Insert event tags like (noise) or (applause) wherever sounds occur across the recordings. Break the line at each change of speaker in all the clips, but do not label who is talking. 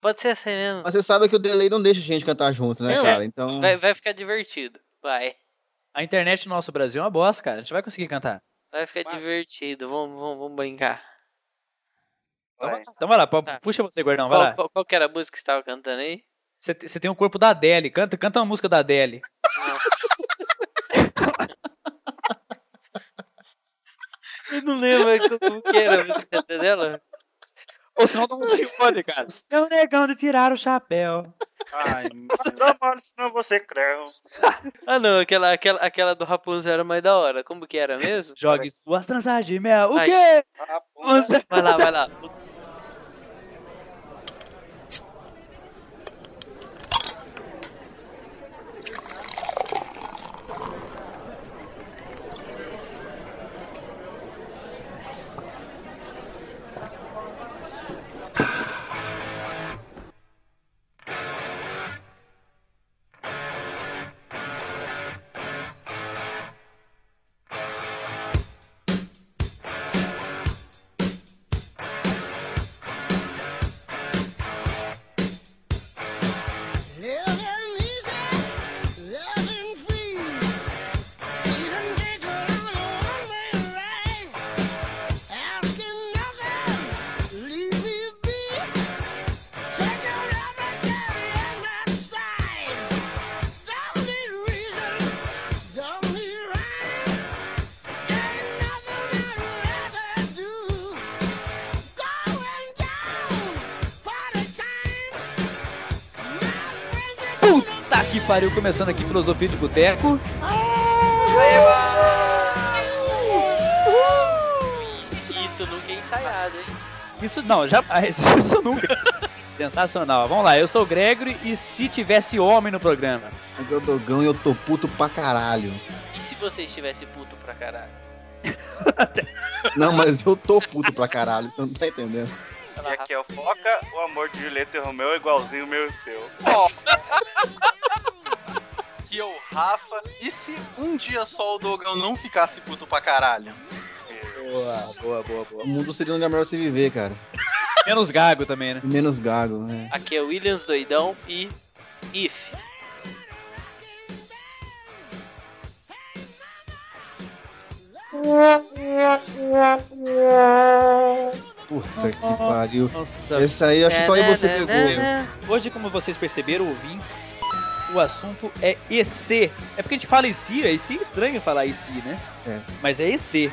Pode ser assim mesmo.
Mas você sabe que o delay não deixa a gente cantar junto, né,
Não,
cara? Então.
Vai, vai ficar divertido. Vai.
A internet no nosso Brasil é uma bosta, cara. A gente vai conseguir cantar.
Vai ficar
Mas-
divertido. Vamos, vamos, vamos brincar.
Então
Vai.
vai, então vai lá, pa-
Tá.
puxa você, Gordão, vai
Qual,
lá.
qual, qual que era a música que você tava cantando aí?
Você te- você tem o corpo da Adele, canta, canta uma música da Adele.
Eu não lembro aí como que era a música tá dela.
Ou senão não se olha, cara. (laughs) Seu negão de tirar o chapéu.
(laughs) Ai, meu mano, senão você creu.
Ah não, aquela, aquela, aquela do Rapunzel era mais da hora. Como que era mesmo?
Jogue suas tranças de mel. O
Ai.
quê?
Raposa.
Você-
Vai lá, vai lá.
Living easy, living free. Season ticket on a one-way ride. Asking nothing, leave me be. Taking everything in my stride. Don't need reason, don't need rhyme. Ain't nothing I'd rather do. Going down, party time.
Puta Tá que pariu, começando aqui Filosofia de Boteco.
(laughs) Isso que isso nunca é ensaiado, hein?
Isso não, jamais, (laughs) isso nunca. Sensacional. Vamos lá, eu sou o Gregory e se tivesse homem no programa?
Aqui é o Dogão e eu tô puto pra caralho.
E se você estivesse puto pra caralho?
Não, mas eu tô puto pra caralho, você não tá entendendo.
E aqui é o Foca, o amor de Julieta e Romeu é igualzinho o meu e o seu.
Que é o Rafa. E se um dia só o Dogão não ficasse puto pra caralho?
Boa, boa, boa, boa. O mundo seria um lugar melhor se viver, cara.
Menos gago também, né?
E menos gago, né?
Aqui é o Williams Doidão e If.
Puta que
(laughs)
pariu.
Nossa,
Esse aí eu acho que só aí você
Né, né,
pegou.
né, né.
Hoje, como vocês perceberam, ouvintes, o assunto é EC. É porque a gente fala EC, é EC é estranho falar EC, né?
É.
Mas é EC.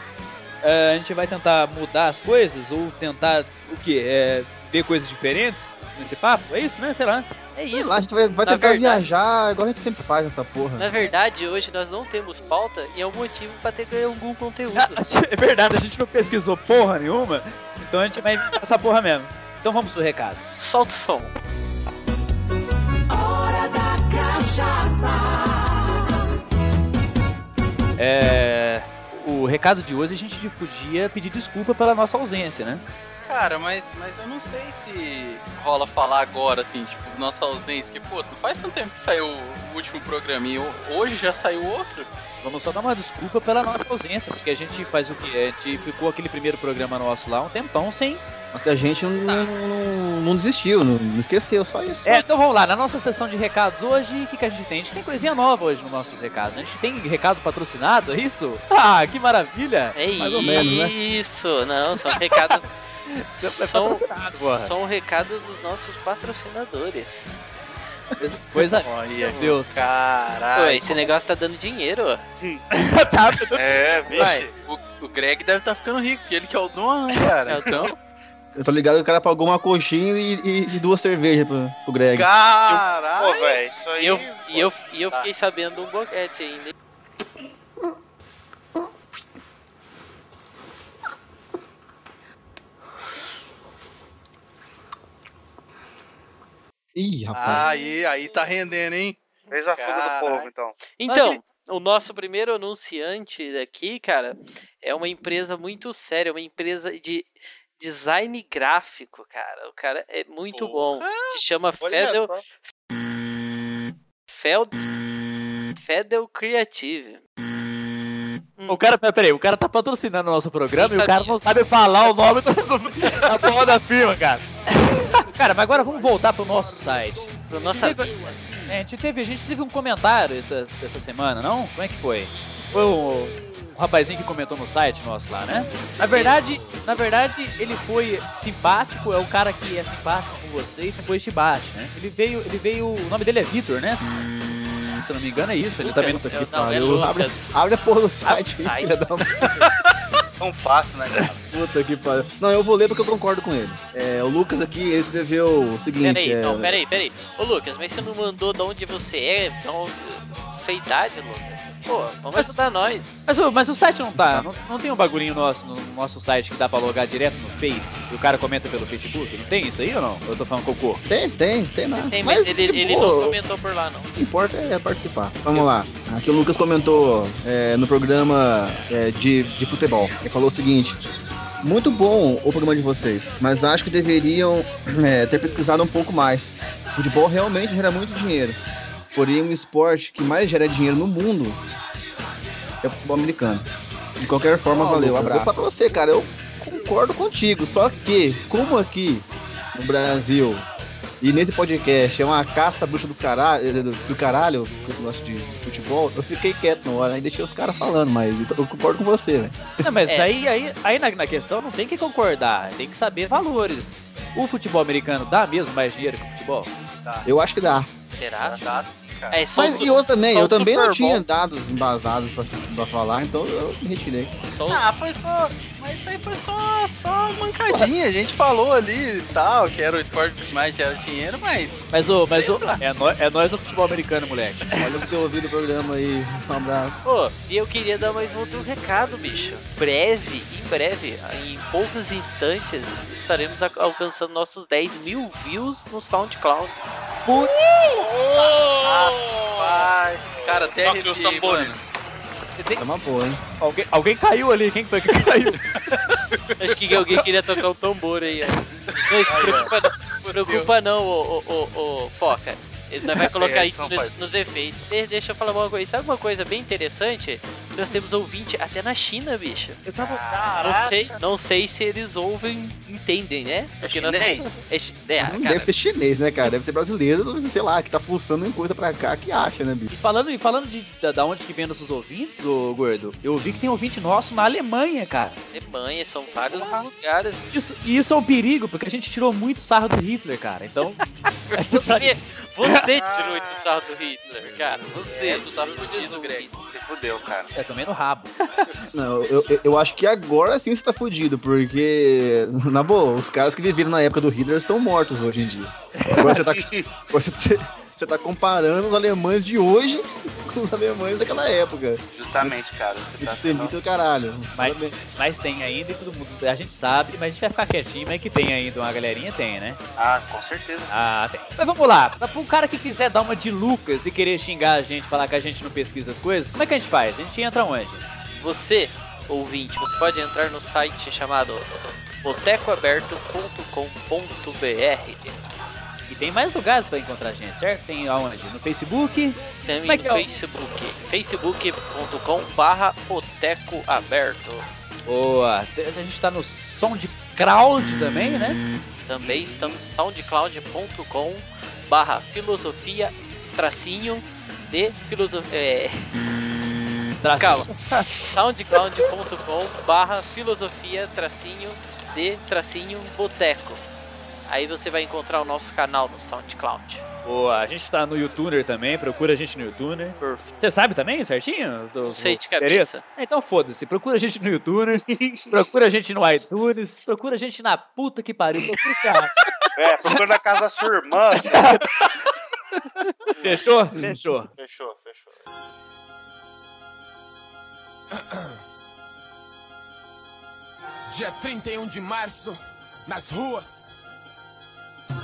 Ah, a gente vai tentar mudar as coisas ou tentar o quê? É, ver coisas diferentes nesse papo? É isso, né? Sei lá.
É
Sei
isso.
lá, a gente vai, vai
Na
tentar
verdade- É.
viajar, igual a gente sempre faz nessa porra.
Na verdade, hoje nós não temos pauta e é um motivo pra ter ganho algum conteúdo.
(laughs) É verdade, a gente não pesquisou porra nenhuma, então a gente vai inventar essa porra mesmo. Então vamos pros recados.
(laughs) Solta o som.
É, O recado de hoje a gente podia pedir desculpa pela nossa ausência, né?
Cara, mas, mas eu não sei se rola falar agora, assim, tipo, nossa ausência. Porque, pô, não faz tanto tempo que saiu o último programa e ho- hoje já saiu outro.
Vamos só dar uma desculpa pela nossa ausência, porque a gente faz o que? A gente ficou aquele primeiro programa nosso lá um tempão sem.
Acho que a gente não, não- não- não desistiu, não, não esqueceu, só isso.
É, então vamos lá, na nossa sessão de recados hoje, o que, que a gente tem? A gente tem coisinha nova hoje nos nossos recados. A gente tem recado patrocinado, é isso? (laughs) Ah, que maravilha!
É
Mais
isso.
ou menos, né?
Não, são
(laughs)
recados.
É
são,
patrocinado, porra.
são recados dos nossos patrocinadores.
Coisa
Olha,
meu Deus.
Pô,
Caralho.
esse negócio tá dando dinheiro. ó.
É,
Vai,
vixe.
o, o Greg deve estar ficando rico, porque ele que é o dono, né, cara?
É o (laughs)
Então,
Eu tô ligado que o cara pagou uma coxinha e, e- e duas cervejas pro, pro Greg.
Pô,
caralho!
velho, isso aí.
E eu, e eu, e eu
Tá.
fiquei sabendo um boquete ainda. hein?
Ih, rapaz.
Aí, aí tá rendendo, hein?
Fez a fuga do
Caralho.
povo, então.
Então, o nosso primeiro anunciante aqui, cara, é uma empresa muito séria, uma empresa de design gráfico, cara. O cara é muito bom. Se chama Fedel,
só.
Feld, Fedel Creative.
O cara, pera- peraí, o cara tá patrocinando o nosso programa
Quem
e o cara
sabia?
(laughs) não sabe falar o nome do, do- da porra da firma, cara. Cara, mas agora vamos voltar pro nosso site.
Pra nossa
Teve- É, a, gente teve, a gente teve um comentário essa, essa semana, não? Como é que foi? Foi o, o rapazinho que comentou no site nosso lá, né? Na verdade, na verdade, ele foi simpático, é o cara que é simpático com você e depois te bate, né? Ele veio, ele veio. O nome dele é Vitor, né? Se eu não me engano é isso, ele também não
Puta
eu-
que
não, é
pariu. Abre,
Lucas.
abre a porra do site aí,
Ah, sai.
filha da
Tão fácil, né, cara?
puta que pariu. Não, eu vou ler porque eu concordo com ele. É, o Lucas aqui, ele escreveu o seguinte.
Peraí, então,
é,
não, peraí, peraí. Ô Lucas, mas você não mandou de onde você é, de onde... sua idade, Lucas? Pô, vamos
Mas-
ajudar nós.
Mas, o- mas o site não tá. Não, não tem um bagulhinho nosso no nosso site que dá pra logar direto no Face e o cara comenta pelo Facebook? Não tem isso aí ou não? Eu tô falando cocô.
Tem, tem, tem nada.
Tem,
mas tipo,
mas, ele,
de
ele não
boa.
comentou por lá, não.
O que importa é participar. Vamos lá. Aqui o Lucas comentou é, no programa é, de, de futebol. Ele falou o seguinte. Muito bom o programa de vocês, mas acho que deveriam é, ter pesquisado um pouco mais. Futebol realmente gera muito dinheiro. Porém, o esporte que mais gera dinheiro no mundo é o futebol americano. De qualquer forma,
Ó,
valeu.
Lucas,
abraço.
eu
Eu falo pra você, cara, eu concordo contigo. Só que, como aqui no Brasil e nesse podcast é uma caça à bruxa dos caralho, eh, do, do caralho, que eu gosto de futebol, eu fiquei quieto na hora e deixei os caras falando, mas eu, eu concordo com você, velho.
Não, mas
É.
aí, aí, aí na, na questão não tem que concordar, tem que saber valores. O futebol americano dá mesmo mais dinheiro que o futebol?
Eu acho que dá.
Será?
Dado, sim, cara.
É, Tá. só,
Mas
os,
e eu também,
só o
eu também não
Super Bowl.
tinha dados embasados pra, pra falar, então eu me retirei.
só os-
Ah, foi só. Mas isso aí foi só, só uma mancadinha. A gente falou ali e tal, que era o esporte que mais gera dinheiro, mas.
Mas o. Mas o é, nó- é nós no futebol americano, moleque.
Olha o que eu ouvi do programa aí. Um abraço.
Pô, e eu queria dar mais um outro recado, bicho. Breve, em breve, em poucos instantes, estaremos a- alcançando nossos 10 mil views no SoundCloud.
Vai. Cara, até
Toque os
arrepiei,
tambores.
mano.
Isso é uma boa, hein?
Alguém, alguém caiu ali, quem que foi que caiu?
Acho que alguém queria tocar o tambor aí, ó. Não se preocupa não, preocupa não, ô, ô, ô, ô, Foca. Ele não vai colocar
aí,
isso
não
no-
faz.
nos efeitos. De- Deixa eu falar uma coisa. Sabe uma coisa bem interessante? Nós temos ouvinte até na China, bicho.
(laughs) Eu tava.
Não sei, não sei se eles ouvem, entendem, né? nós-
chinês?
É, chi- é,
Não
cara,
deve ser chinês, né, cara? Deve ser brasileiro, sei lá, que tá fuçando em coisa pra cá que acha, né, bicho?
E falando, e falando de, da, da onde que vem nossos ouvintes, ô gordo, eu vi que tem ouvinte nosso na Alemanha, cara.
Alemanha, são vários lugares.
(laughs) Isso, e isso é um perigo, porque a gente tirou muito sarro do Hitler, cara. Então.
Você, você
(laughs)
tirou o sarro do Hitler, cara. Você,
É,
do sarro
fudido,
do
Greg.
Greg.
Se fudeu, cara.
É, também no rabo.
Não, eu, eu, eu acho que agora sim você tá fudido, porque, na boa, os caras que viveram na época do Hitler estão mortos hoje em dia. Agora você tá, agora você, você tá comparando os alemães de hoje com os alemães daquela época.
Justamente, cara. Você tá sendo...
Antissemita do caralho.
Mas,
Parabéns.
mas tem ainda e todo mundo. A gente sabe, mas a gente vai ficar quietinho, mas é que tem ainda uma galerinha, tem, né?
Ah, com certeza.
Ah, tem. Mas vamos lá. Pra um cara que quiser dar uma de Lucas e querer xingar a gente, falar que a gente não pesquisa as coisas, como é que a gente faz? A gente entra onde?
Você, ouvinte, você pode entrar no site chamado botecoaberto.com.br.
E tem mais lugares pra encontrar a gente, certo? Tem aonde? No Facebook.
Também
Mas que é
no
o-
Facebook, facebook.com barra Boteco Aberto.
Boa. Te- A gente tá no som de crowd também, né?
Também estamos no soundcloud.com barra filosofia tracinho de filosofia... É,
Tra- (laughs)
Calma. soundcloud.com barra filosofia tracinho de tracinho boteco. Aí você vai encontrar o nosso canal no SoundCloud.
Boa. A gente tá no YouTuner também, procura a gente no YouTuner. Você sabe também, certinho? Do,
Não sei de
do endereço?
cabeça.
Ah, Então foda-se, procura a gente no
(laughs)
YouTuner, procura a gente no iTunes, procura a gente na puta que pariu, procura o que você acha.
(laughs)
É, procura na casa da sua irmã. cara.
Fechou? Fechou.
Fechou, fechou.
Dia 31 de março, nas ruas.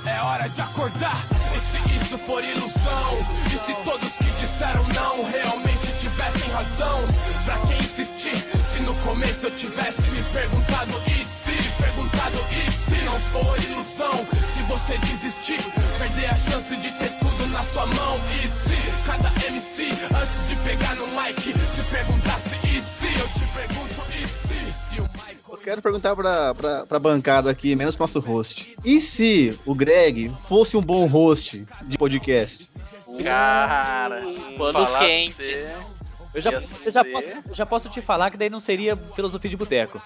É hora de acordar. E se isso for ilusão? E se todos que disseram não realmente tivessem razão? Pra quem insistir? Se no começo eu tivesse me perguntado e se? Perguntado e se não for ilusão? Se você desistir, perder a chance de ter tudo na sua mão. E se cada MC, antes de pegar no mic, se perguntasse e se? Eu te pergunto e se? E se o Michael.
quero perguntar pra, pra, pra bancada aqui, menos pro nosso host. E se o Greg fosse um bom host de podcast?
Cara,
Panos
falar pra
quentes.
você,
Eu já,
Ia
eu já
ser.
posso, eu já posso te falar que daí não seria filosofia de boteco.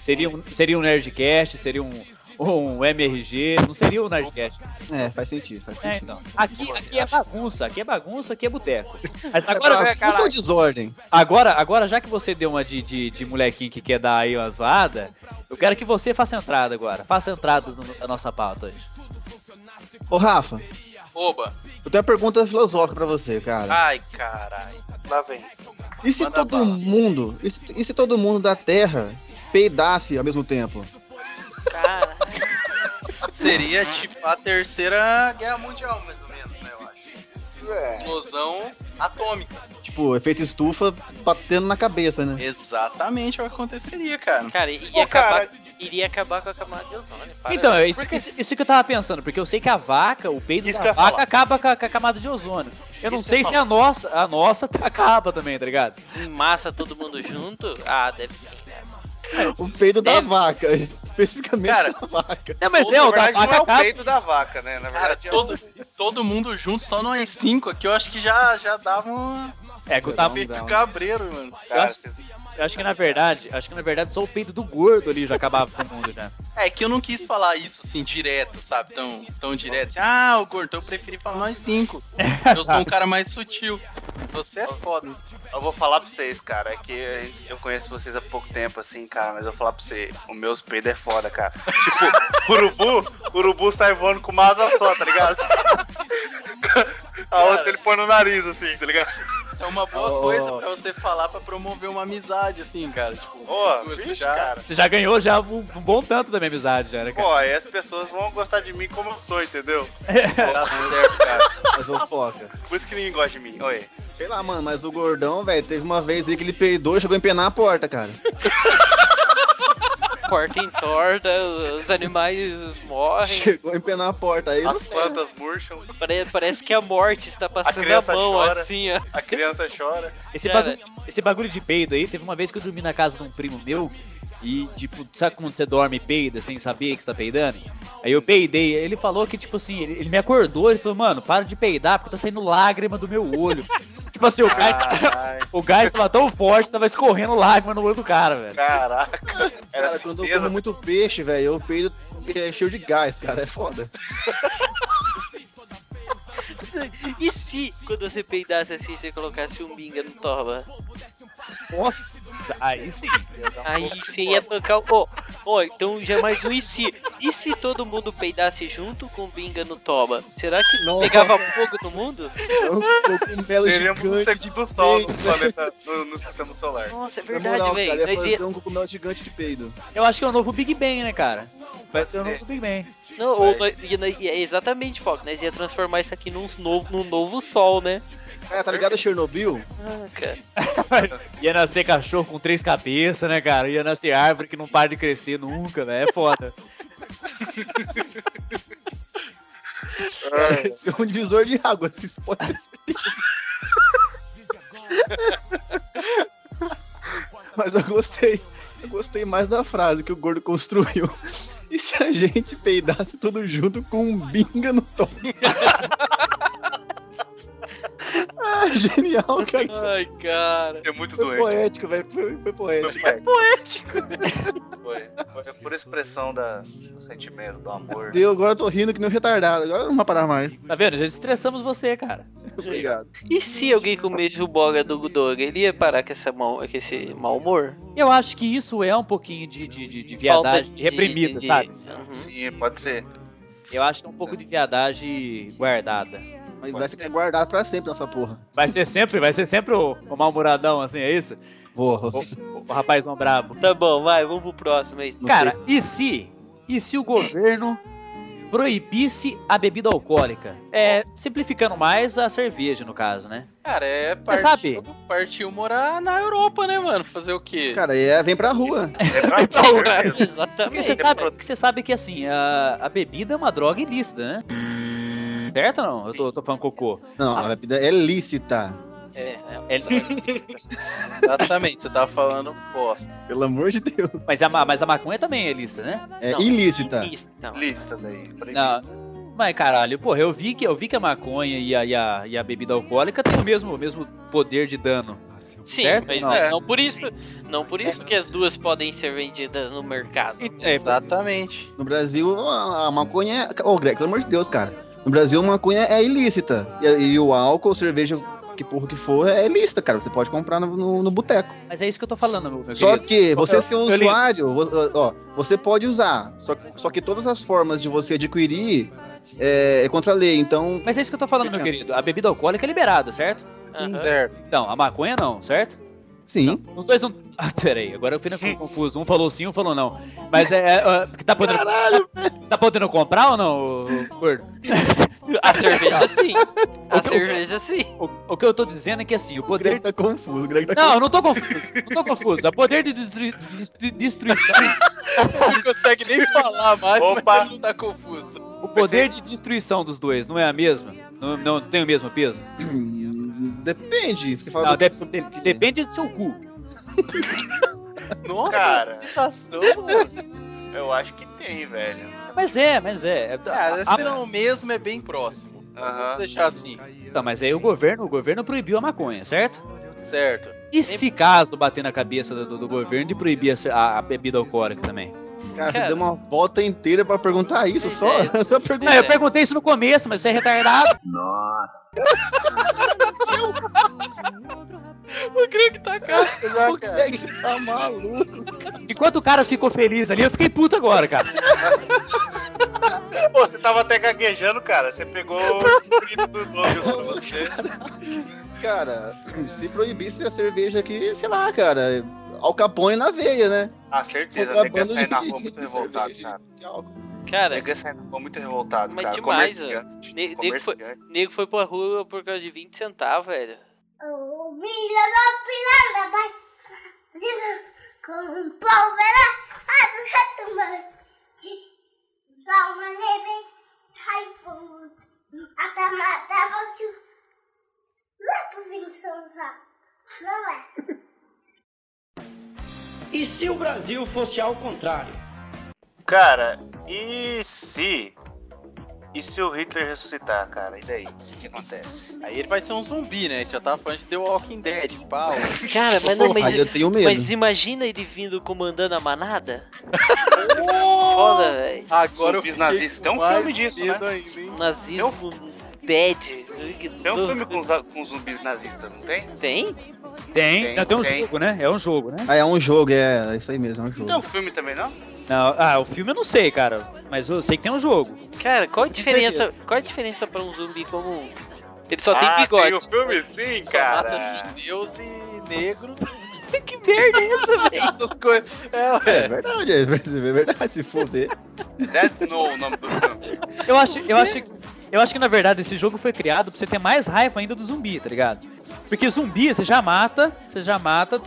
Seria um, seria um Nerdcast, seria um, um MRG, não seria um Nerdcast.
É, faz sentido, faz
É,
sentido.
então. Aqui, aqui é bagunça, aqui é bagunça, aqui é boteco. Mas
Agora,
agora,
ou é desordem?
agora, agora, já que você deu uma de, de, de molequinho que quer dar aí uma zoada, eu quero que você faça a entrada agora. Faça a entrada no- na nossa pauta hoje.
Ô, Rafa,
Oba,
eu tenho uma pergunta filosófica pra você, cara.
Ai, caralho. Lá vem.
E se
manda
todo
bala.
mundo, e se, e se todo mundo da Terra peidasse ao mesmo tempo?
Cara,
seria tipo a terceira guerra mundial, mais ou menos, né? Eu acho. Explosão atômica.
Tipo, efeito estufa batendo na cabeça, né?
Exatamente o que aconteceria, cara.
cara, ia
Ô,
acabar,
cara.
iria acabar com a camada de ozônio. para.
Então, é isso,
Porque
isso, isso que eu tava pensando, porque eu sei que a vaca, o peito
Isso
da
que eu ia
vaca
falar.
acaba com a, com a camada de ozônio. Eu não
Isso
sei
que eu
se a nossa, a nossa (laughs) tá- acaba também, tá ligado?
em massa todo mundo junto? Ah, deve sim. né?
O peido da
Deve.
vaca, (laughs) especificamente
Cara,
da vaca.
Não, mas
Ou,
é,
na
o da
verdade,
vaca
não é o
acaba.
peito da vaca, né? Na
Cara,
verdade, é
todo, todo mundo junto, só nós cinco aqui, eu acho que já, já dava um
É, que
né?
eu tava.
efeito cabreiro, mano.
o cara,
acho- eu acho que na verdade, acho que na verdade só o peito do gordo ali já acabava com o mundo né? já.
É que eu não quis falar isso assim direto, sabe? Tão, tão direto. Ah, o gordo, eu preferi falar nós cinco. Eu sou um cara mais sutil. Você é foda.
Eu vou falar pra vocês, cara, é que eu conheço vocês há pouco tempo, assim, cara, mas eu vou falar pra vocês, o meus peidos é foda, cara. Tipo, (laughs) urubu, urubu sai voando com uma asa só, tá ligado? (laughs) A outra ele põe no nariz, assim, tá ligado?
Isso é uma boa
Oh.
coisa pra você falar pra promover uma amizade, assim, cara. Tipo,
Ô,
você
bicho,
já-
cara.
Você já ganhou já um, um bom tanto da minha amizade, já, né, cara?
Pô, aí as pessoas vão gostar de mim como eu sou, entendeu?
(laughs)
Tá certo, cara.
Mas ô, foca.
Por isso que ninguém gosta de mim, oi.
Sei lá, mano, mas o gordão, velho, teve uma vez aí que ele peidou e chegou a empenar a porta, cara.
Porta entorta, os animais
(laughs)
morrem.
Chegou a empenar a porta aí. não
As
sei.
plantas murcham,
pare- Parece que a morte está passando a,
criança
mão
chora.
assim, ó.
a criança chora.
Esse
Cara.
bagulho,
né?
de- esse bagulho de peido aí, teve uma vez que eu dormi na casa de um primo meu e, tipo, sabe quando você dorme e peida sem saber que você tá peidando? Aí eu peidei, ele falou que, tipo assim, ele, ele me acordou, ele falou, mano, para de peidar porque tá saindo lágrima do meu olho. (laughs) tipo assim, o gás,
Ah. Caralho,
o gás tava tão forte, tava escorrendo lágrima no olho do cara, velho.
caraca. Era
Cara, quando eu
tristeza.
como muito peixe, velho, eu peido é cheio de gás, cara, é foda.
E se, quando você peidasse assim, você colocasse um binga no toba?
Nossa, aí sim.
Aí você ia tocar o. Ô, ô, então já é mais um e se. E se todo mundo peidasse junto com o binga no toba? Será que
Nossa.
pegava fogo no mundo?
É um cogumelo
Seríamos um
gigante.
segundo sol no
peido,
planeta, no, no sistema solar.
Nossa, é
Na
verdade,
moral,
velho.
cara, ia
Nós ia-
fazer um cogumelo gigante de peido.
Eu acho que é o novo Big Bang, né, cara? Vai ser o novo Big Bang.
Não, ou nós- ia- nós- ia- exatamente, Foco. Nós ia transformar isso aqui num novo, num novo sol, né?
Cara, tá ligado a Chernobyl?
Ah, cara.
Ia nascer cachorro com três cabeças, né, cara? Ia nascer árvore que não para de crescer nunca, né? É foda.
Cara, esse é um divisor de água, vocês podem ter certeza. Mas eu gostei. Eu gostei mais da frase que o gordo construiu. E se a gente peidasse tudo junto com um binga no tom? ah, genial, cara. Isso
Ai, cara.
Você é muito
foi
doente.
poético, velho. Foi, foi poético.
Foi, foi por expressão da, do sentimento, do amor.
Deu, agora eu tô rindo que nem um retardado. Agora não vai parar mais.
(laughs) Tá vendo? Já estressamos você, cara.
Obrigado.
E se alguém comesse o boga do Gudoga? Ele ia parar com, essa mão, com esse mau humor?
Eu acho que isso é um pouquinho de, de, de, de viadagem
Falta
reprimida,
de-
sabe?
Uhum.
Sim, pode ser.
Eu acho que é um pouco de viadagem guardada.
Mas vai ser guardado pra sempre essa porra.
Vai ser sempre, vai ser sempre o, o mal-humoradão, assim, é isso?
Porra.
O, o rapazão brabo.
Tá bom, vai, vamos pro próximo aí.
Não
Cara, e se? E se o governo proibisse a bebida alcoólica? É, simplificando mais a cerveja, no caso, né?
Cara, é
Você sabe?
partiu morar na Europa, né, mano? Fazer o quê?
Cara, é, vem pra rua.
É pra mim, certeza.
(laughs)
Porque
Exatamente.
você sabe, porque você sabe que assim, a, a bebida é uma droga ilícita, né? Certo ou não? Eu tô, tô falando cocô.
Não, a bebida é lícita.
É,
É,
Exatamente, você tava falando bosta.
Pelo amor de Deus.
Mas a, ma- mas a maconha também é lista, né?
É
Não,
ilícita.
Isso, não.
Lista daí. Falei,
Não. Mas caralho, porra, eu vi que, eu vi que a maconha e a, e a, e a bebida alcoólica tem o mesmo, o mesmo poder de dano.
Sim,
Certo?
mas é,
Não.
não. por isso, não por isso que as duas podem ser vendidas no mercado.
E- é,
Exatamente.
No Brasil, a a maconha é. Ô, Greg, pelo amor de Deus, cara. No Brasil, a maconha é ilícita. E, e o álcool, cerveja, que porra que for, é ilícita, cara. Você pode comprar no, no, no boteco.
mas é isso que eu tô falando, meu meu
Só
querido.
que você ser um
Eu li-
usuário, vo- ó, você pode usar. Só, que- só que todas as formas de você adquirir é, é contra a lei. Então,
Mas é isso que eu tô falando, meu querido. A bebida alcoólica é liberada, certo?
Aham.
Certo.
Então, a maconha não, certo?
sim.
Os dois não. (laughs) Ah, peraí, agora eu fui na- confuso. Um falou sim, um falou não. Mas é. é, é, tá, podendo, (laughs) tá podendo comprar ou não, ô, ô, gordo? (laughs)
A cerveja sim.
(laughs)
A cerveja sim.
O, o que eu tô dizendo é que assim, o
O Greg
poder.
tá confuso. O Greg tá
Não, eu não tô confuso. Não tô confuso. É O poder de, destru- de destruição.
Não consegue nem falar mais,
Opa.
mas ele não tá confuso.
O poder de destruição dos dois não é a mesma? Não, não tem o mesmo peso?
confuso. Depende. Isso que fala um
Não,
do-
de- de- depende do seu cu.
Nossa,
Cara.
citação,
Eu acho que tem, velho.
Mas é, mas é. É-
Cara,
a-
se não mesmo, é bem próximo.
Aham.
Vamos deixar assim,
Então, mas aí o governo, o governo proibiu a maconha, certo?
certo?
E se caso bater na cabeça do, do governo de proibir a, a- a bebida alcoólica também?
Cara, você
Cara.
deu uma volta inteira pra perguntar isso
Pois
(laughs) só.
é.
Essa pergunta.
Não, eu perguntei isso no começo, mas você é retardado.
O Greg tá casca já,
O Greg tá maluco.
Enquanto o cara ficou feliz ali, eu fiquei puto agora, cara.
Pô, você tava até gaguejando, cara. Você pegou o grito do Douglas pra você.
Cara, se proibisse a cerveja aqui, sei lá, cara. Al Capone na veia, né?
Ah, certeza. Tem que
Contrabando
sair na
de- (laughs)
rua muito
de
revoltado,
cerveja.
cara.
De álcool.
Cara,
Tem que sair na rua muito revoltado,
Mas
cara.
demais,
Comerciante.
Ne- nego foi-
Comerciante.
o nego foi pra rua por causa de 20 centavos, velho.
Oh, Vila da Piranga, vai. Com um pólvora, Ah, adorando Salva neve, taifun. Até matar você. Não é possível, Sousa. Não é.
E se o Brasil fosse ao contrário?
Cara, e se. E se o Hitler ressuscitar, cara? E daí? O que acontece?
Aí ele vai ser um zumbi, né? Você já tava falando de The Walking Dead,
(laughs)
pau.
Cara, mas não,
Aí eu
mas,
tenho medo.
mas imagina ele vindo comandando a
(laughs)
manada. Foda, velho.
Agora eu
Zumbis
fiz
nazistas. Tem um filme disso, né?
Ainda, hein?
Nazismo dead.
Tem um filme com, za- com zumbis nazistas, não tem?
Tem?
Tem,
Tem,
não, tem um
tem.
jogo, né? É um jogo, né?
Ah, é um jogo, é, é isso aí mesmo, é um
Não
jogo.
tem um filme também, não?
Não, ah, o filme eu não sei, cara. Mas eu sei que tem um jogo.
Cara, qual a
Com
diferença, qual a diferença pra um zumbi comum? Ele só
ah,
tem
Tem
bigode.
um filme sim,
Só
cara.
mata judeus e negro.
Que merda é essa, velho?
Essas coisas. É,
É
ué.
verdade, é verdade, se for ver.
That's No, o nome do filme.
Eu acho, eu acho, eu acho que na verdade esse jogo foi criado pra você ter mais raiva ainda do zumbi, tá ligado? Porque zumbi você já mata, você já mata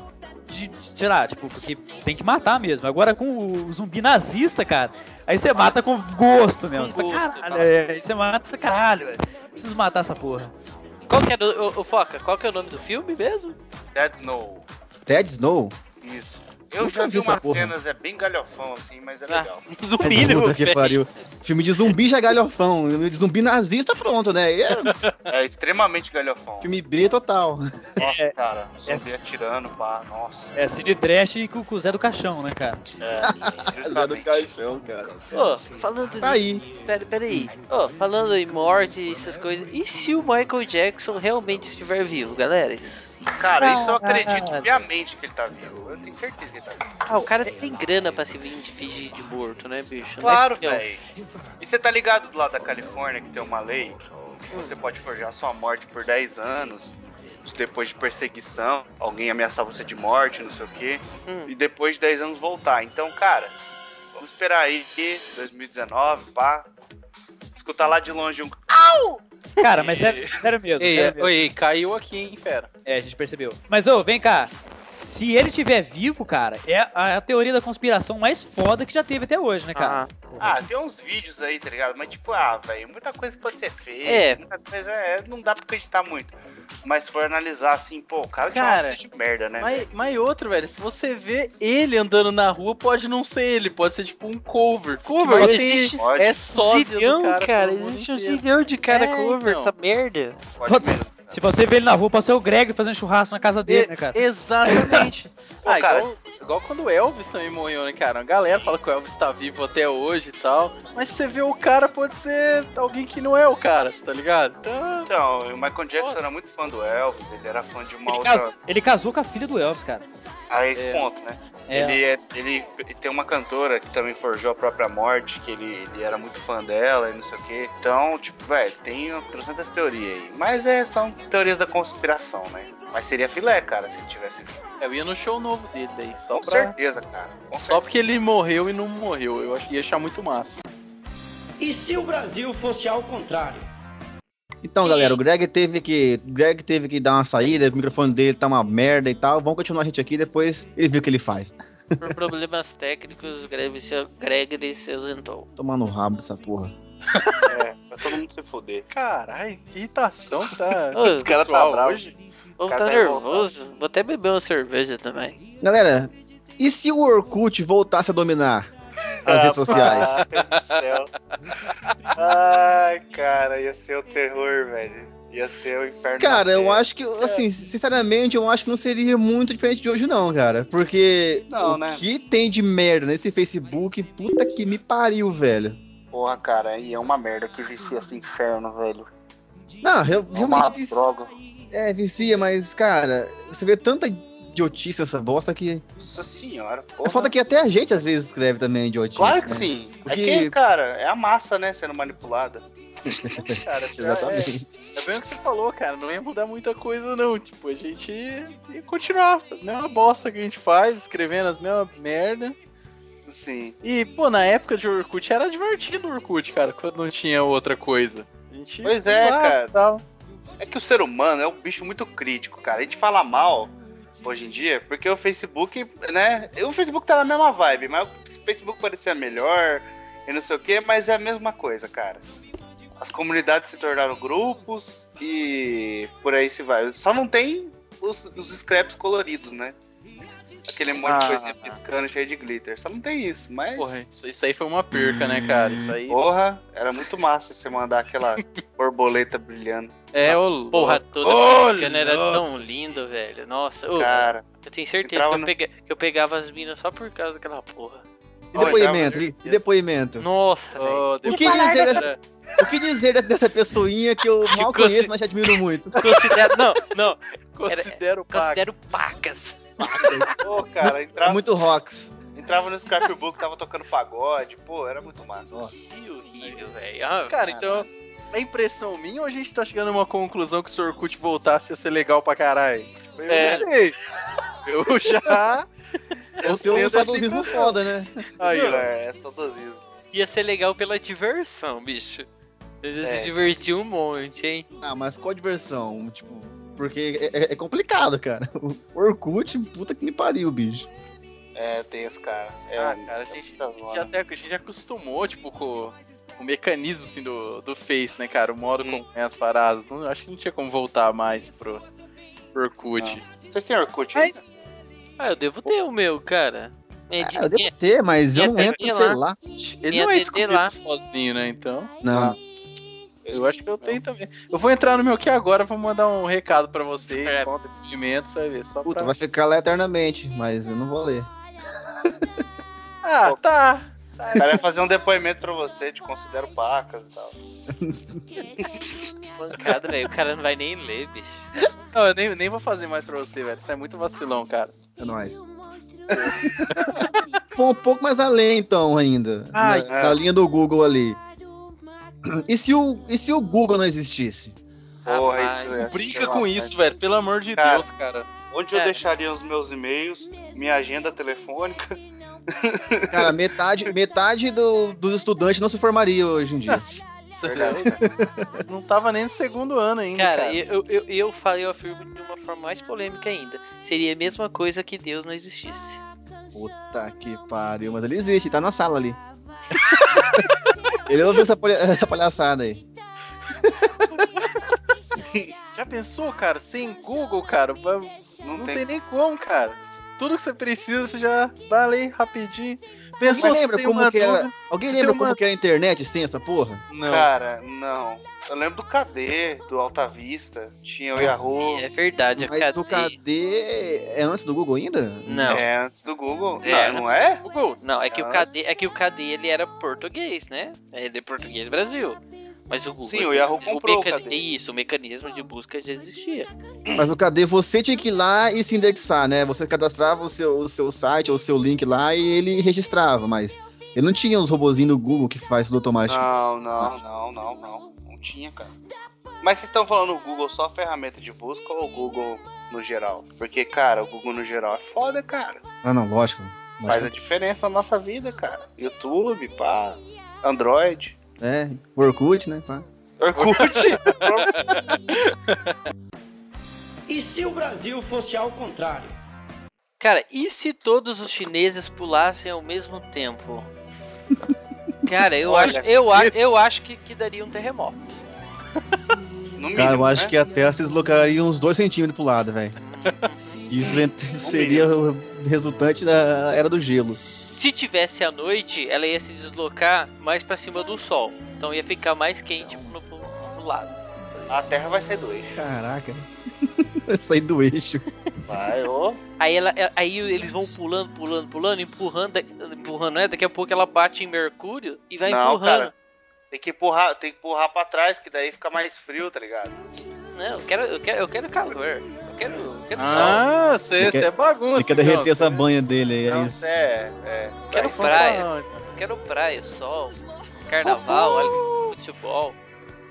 de, de sei lá, tipo, porque tem que matar mesmo. Agora com o zumbi nazista, cara, aí você mata com gosto mesmo. Você
Com
fala,
gosto,
caralho,
fala.
é, aí você mata, você, caralho, velho, preciso matar essa porra.
(laughs) Qual que é era o, o- o Foca, qual que é o nome do filme mesmo?
That's No.
Ted Snow?
Isso. Eu
Nunca
já
vi
vi
essa
umas
porra.
cenas, é bem galhofão assim, mas é
Ah.
legal.
Do
né?
mínimo,
Puta que
velho.
pariu. Filme de zumbi já é galhofão. De zumbi nazista, pronto, né? E É
É extremamente galhofão.
filme B total.
Nossa, cara. Zumbi
é-
atirando, pá. Nossa.
É Cine Trash e com, com o Zé do Caixão, né, cara?
É,
(laughs) Zé do
justamente.
Caixão, cara.
Ô, falando
Tá aí.
Pera, pera aí. Ô, falando em morte e essas coisas. E se o Michael Jackson realmente estiver vivo, galera?
Cara, isso eu
Ah,
acredito
cara.
piamente que ele tá vivo. Eu tenho certeza que ele tá vivo.
Ah, o cara tem grana pra se vir de fingir de morto, né, bicho?
Claro,
Não é
velho. E você tá ligado do lado da Califórnia que tem uma lei que você pode forjar sua morte por 10 anos, depois de perseguição, alguém ameaçar você de morte, não sei o quê,
Hum.
e depois de 10 anos voltar. Então, cara, vamos esperar aí que 2019, pá. Escutar lá de longe um.
Cara, mas é sério mesmo,
Ei,
sério mesmo.
oi, caiu aqui, hein, fera.
É, a gente percebeu. Mas, ô, vem cá. Se ele tiver vivo, cara, é a, a teoria da conspiração mais foda que já teve até hoje, né, cara?
Ah, tem uns vídeos aí, tá ligado? Mas tipo, ah, velho, muita coisa pode ser feita,
É.
muita coisa é, não dá pra acreditar muito. Mas se for analisar assim, pô, o cara, tinha
Cara,
uma vida de merda, né?
É. Mas, mas outro, velho, se você vê ele andando na rua, pode não ser ele, pode ser tipo um cover.
Cover,
Mas
existe
Pode,
É
Um
sósia
zilhão,
do cara,
cara.
pelo mundo
Existe um
inteiro.
zilhão de cara
É,
cover,
então.
essa merda.
pode,
pode-
mesmo.
Se você vê ele na rua, pode ser o Greg fazendo churrasco na casa dele,
E-
né,
(laughs)
cara?
Exatamente.
Pô,
ah,
cara.
igual, igual quando o Elvis também morreu, né, cara? A galera fala que o Elvis tá vivo até hoje e tal. Mas se você vê o cara, pode ser alguém que não é o cara, tá ligado? Então.
Então, o Michael Jackson era muito fã do Elvis, ele era fã de uma
Ele,
outra.
cas- ele casou com a filha do Elvis, cara.
A esse
É.
ponto, né?
É.
Ele, é- ele, ele tem uma cantora que também forjou a própria morte, que ele, ele era muito fã dela e não sei o quê. Então, tipo, velho, tem 300 teorias aí. Mas é, são teorias da conspiração, né? Mas seria filé, cara, se ele tivesse.
Eu ia no show novo dele daí, só
Com
pra.
certeza, cara. Com
Só porque ele morreu e não morreu. Eu ach- ia achar muito massa.
E se o Brasil fosse ao contrário?
Então, galera, o Greg teve que. o Greg teve que dar uma saída, o microfone dele tá uma merda e tal. Vamos continuar a gente aqui, depois ele viu o que ele faz.
Por problemas técnicos, o Greg se- Gregory se ausentou.
Tomar no rabo dessa porra.
certeza. É, pra todo mundo se foder.
Caralho, que irritação que tá.
Ô,
Esse cara tá
pessoal
bravo.
hoje.
Vamos
cara
tá
tá
nervoso. Vou até beber uma cerveja também.
Galera, e se o Orkut voltasse a dominar as redes
(laughs)
sociais?
Ah, meu Deus do céu. Ai, cara, ia ser o terror, velho. Ia ser o inferno.
Cara,
na
eu
terra.
acho que, assim, sinceramente, eu acho que não seria muito diferente de hoje, não, cara. Porque
Não,
o
né?
que tem de merda nesse Facebook, puta que me pariu, velho.
Porra, cara, e é uma merda que vicia esse inferno, velho.
Não, eu
É uma
realmente vici-
droga.
é, vicia, mas, cara, você vê tanta idiotice nessa bosta que.
Nossa senhora,
É
porra.
foda que até a gente às vezes escreve também idiotice.
Claro que
né?
sim. É
Porque-
que, cara, é a massa, né, sendo
(laughs)
manipulada.
Cara,
Exatamente.
É bem o que você falou, cara. Não ia mudar muita coisa, não. Tipo, a gente ia continuar. A mesma bosta que a gente faz, escrevendo as mesmas merda.
Sim.
E, pô, na época de Orkut era divertido o Orkut, cara, quando não tinha outra coisa. A gente
Pois é,
usava e
cara.
tal.
É que o ser humano é um bicho muito crítico, cara. A gente fala mal hoje em dia, porque o Facebook, né? O Facebook tá na mesma vibe, mas o Facebook parecia melhor e não sei o quê, mas é a mesma coisa, cara. As comunidades se tornaram grupos e por aí se vai. Só não tem os, os scraps coloridos, né? Aquele monte de
Ah.
coisinha piscando cheio de glitter. Só não tem isso, mas.
Porra, isso, isso aí foi uma perca, né, cara? Isso aí.
Porra, era muito massa você mandar
(laughs)
aquela borboleta brilhando.
É, o.
Porra, toda
Ô,
piscina era
louco.
tão lindo, velho. Nossa, ô,
Cara,
eu tenho certeza
entrava
que eu,
no-
pega- que eu pegava as minas só por causa daquela porra.
E depoimento, e, e depoimento.
Nossa, velho.
Oh,
O que dizer dessa- O que dizer dessa pessoinha que eu mal
consi-
conheço, mas te admiro muito?
Considero. Não, não. Era-
Considero pago.
Considero pacas.
ô, cara,
É
entrava,
muito rocks.
entrava no scrapbook, tava tocando pagode, pô, era muito massa.
Que horrível, velho. Ah,
Cara, então, é impressão minha ou a gente tá chegando a uma conclusão que se o Orkut voltasse ia ser legal pra caralho? Eu
É.
não sei. Eu já.
O seu
tenho
um saudosismo
essa impressão.
foda, né?
Aí,
Não,
ó.
é, é saudosismo.
Ia ser legal pela diversão, bicho. Vocês iam
É.
se divertir um monte, hein?
Ah, mas qual a diversão? Tipo, porque é- é, é complicado, cara. O Orkut, puta que me pariu, bicho.
É, tem esse cara. É,
Ah,
um-
cara, a
é
gente
Tá
muita zona.
Já
né?
até, a gente já acostumou, tipo, com com o mecanismo, assim, do, do Face, né, cara? O modo como é as paradas. Não, acho que não tinha como voltar mais pro, pro Orkut.
Vocês têm Orkut aí?
Mas. Ah, eu devo ter o meu, cara. É Minha di-
Ah, eu
minha-
devo ter, mas eu
Ia
não
ter
entro,
que ir
sei
lá.
lá.
Ele
Minha
não é
DD
excluído
lá.
sozinho, né, então...
Não.
Eu acho que eu tenho também. Eu vou entrar no meu aqui agora, vou mandar um recado pra vocês,
Certo.
conta de pimenta, sabe? Só
Puta,
pra...
vai ficar lá eternamente, mas eu não vou ler.
Ah, tá.
O cara ia fazer um depoimento pra você, te considero pacas e tal.
Pancada, velho. O cara não vai nem ler, bicho.
Não, eu nem, nem vou fazer mais pra você, velho. Isso é muito vacilão, cara.
É (laughs) nóis. Pô, um pouco mais além, então, ainda.
Ah,
Ai,
na,
é.
na linha do Google ali. E se, o, e se o Google não existisse?
Porra,
Rapaz,
isso é. sei
Brinca
lá,
com
né?
isso, velho. Pelo amor de
Cara.
Deus, cara.
Onde eu
É.
deixaria os meus e-mails, minha agenda telefônica? (laughs)
(laughs) Cara, metade, metade do- dos estudantes não se formaria hoje em dia.
Nossa,
Verdade.
(laughs) Não tava nem no segundo ano ainda. Cara,
Cara, eu, eu, eu falei, eu afirmo de uma forma mais polêmica ainda. Seria a mesma coisa que Deus não existisse.
Puta que pariu, mas ele existe, tá na sala (laughs) ali. ele ouviu essa, palha- essa palhaçada aí.
Já pensou, cara? Sem Google, cara? Não,
Não,
não tem.
tem.
nem como, cara. Tudo que você precisa, você já dá ali rapidinho. Pensou,
Alguém
você
lembra
tem
como
uma
que era?
dúvida?
Alguém
Você
lembra
tem
como
uma-
que era a internet sem essa porra?
Não.
Cara, não. Eu lembro do KD, do Alta Vista. Tinha o Yahoo.
É verdade, eu
Mas o KD é antes do Google ainda?
Não.
É, antes do Google.
É,
não, não
antes
é?
Google. Não, é que o
Nossa.
KD, é que o KD ele era português, né? Ele é português do Brasil. Mas o Google.
Sim, o Yahoo comprou o
meca-
KD.
Isso, o mecanismo de busca já existia.
Mas o KD você tinha que ir lá e se indexar, né? Você cadastrava o seu, o seu site ou o seu link lá e ele registrava, mas ele não tinha os robozinhos do Google que faz tudo automático.
Não, não, não, não, não. Não tinha, cara. Mas vocês estão falando o Google só a ferramenta de busca ou o Google no geral? Porque, cara, o Google no geral é foda, cara.
Ah, não, lógico.
Faz a diferença na nossa vida, cara. YouTube, pá.
(laughs)
Android.
É, Orkut, né? pá.
Orkut.
E se o Brasil fosse ao contrário?
Cara, e se todos os chineses pulassem ao mesmo
(laughs)
tempo? Cara, eu acho,
Olha,
eu, a- eu acho que, que daria um terremoto.
No mínimo,
Cara, eu acho
né?
que é- a Terra se deslocaria uns 2 centímetros pro lado,
(laughs)
velho. Isso ent- seria o resultante da Era do Gelo.
Se tivesse à noite, ela ia se deslocar mais pra cima do sol. Então ia ficar mais quente no, pro- pro lado.
A Terra vai ser dois.
Caraca. (laughs) Eu saí do eixo.
Vai, ô.
Aí, ela, aí eles vão pulando, pulando, pulando, empurrando, empurrando, né? Daqui a pouco ela bate em Mercúrio e vai
Não,
empurrando.
cara. Tem que empurrar, tem que empurrar pra trás, que daí fica mais frio, tá ligado?
Não, eu quero, eu quero, eu quero calor. Eu quero, eu quero sol.
Ah, você
Ele
você
quer-
é bagunça.
Ele quer
assim,
derreter
então.
essa banha dele aí,
Então,
é isso.
é, é.
Quero
vai.
praia. Eu quero praia, sol, carnaval, olha, futebol.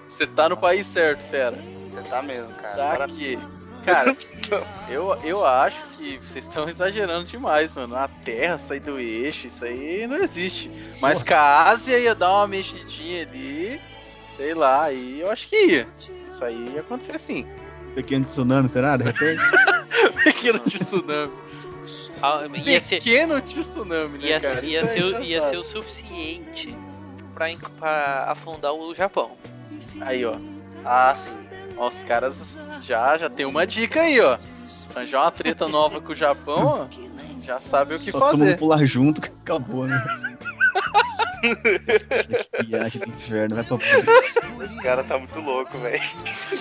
Você tá no país certo, fera.
Você tá mesmo, cara.
Tá
Maravilha.
aqui. Cara, (laughs) eu, eu acho que vocês estão exagerando demais, mano. A Terra sair do eixo, isso aí não existe. Mas que a Ásia ia dar uma mexidinha ali, sei lá, aí eu acho que ia. Isso aí ia acontecer sim. (laughs)
Pequeno tsunami, será? De repente?
Pequeno tsunami.
Ah, Ia ser,
Pequeno tsunami, né,
ia,
cara?
ser- ia
Isso aí
ser, o-
é
ia
engraçado.
ser o suficiente pra, en- pra afundar o Japão.
Aí, ó.
Ah, sim.
Ó, Os caras já, já tem uma dica aí, ó. Arranjar uma treta nova com o Japão, ó. Já sabe o que
Só
um
todo mundo
fazer.
pular junto, (laughs) que acabou,
(laughs)
né? que viagem do inferno, vai pra puta.
Esse cara tá muito louco, velho.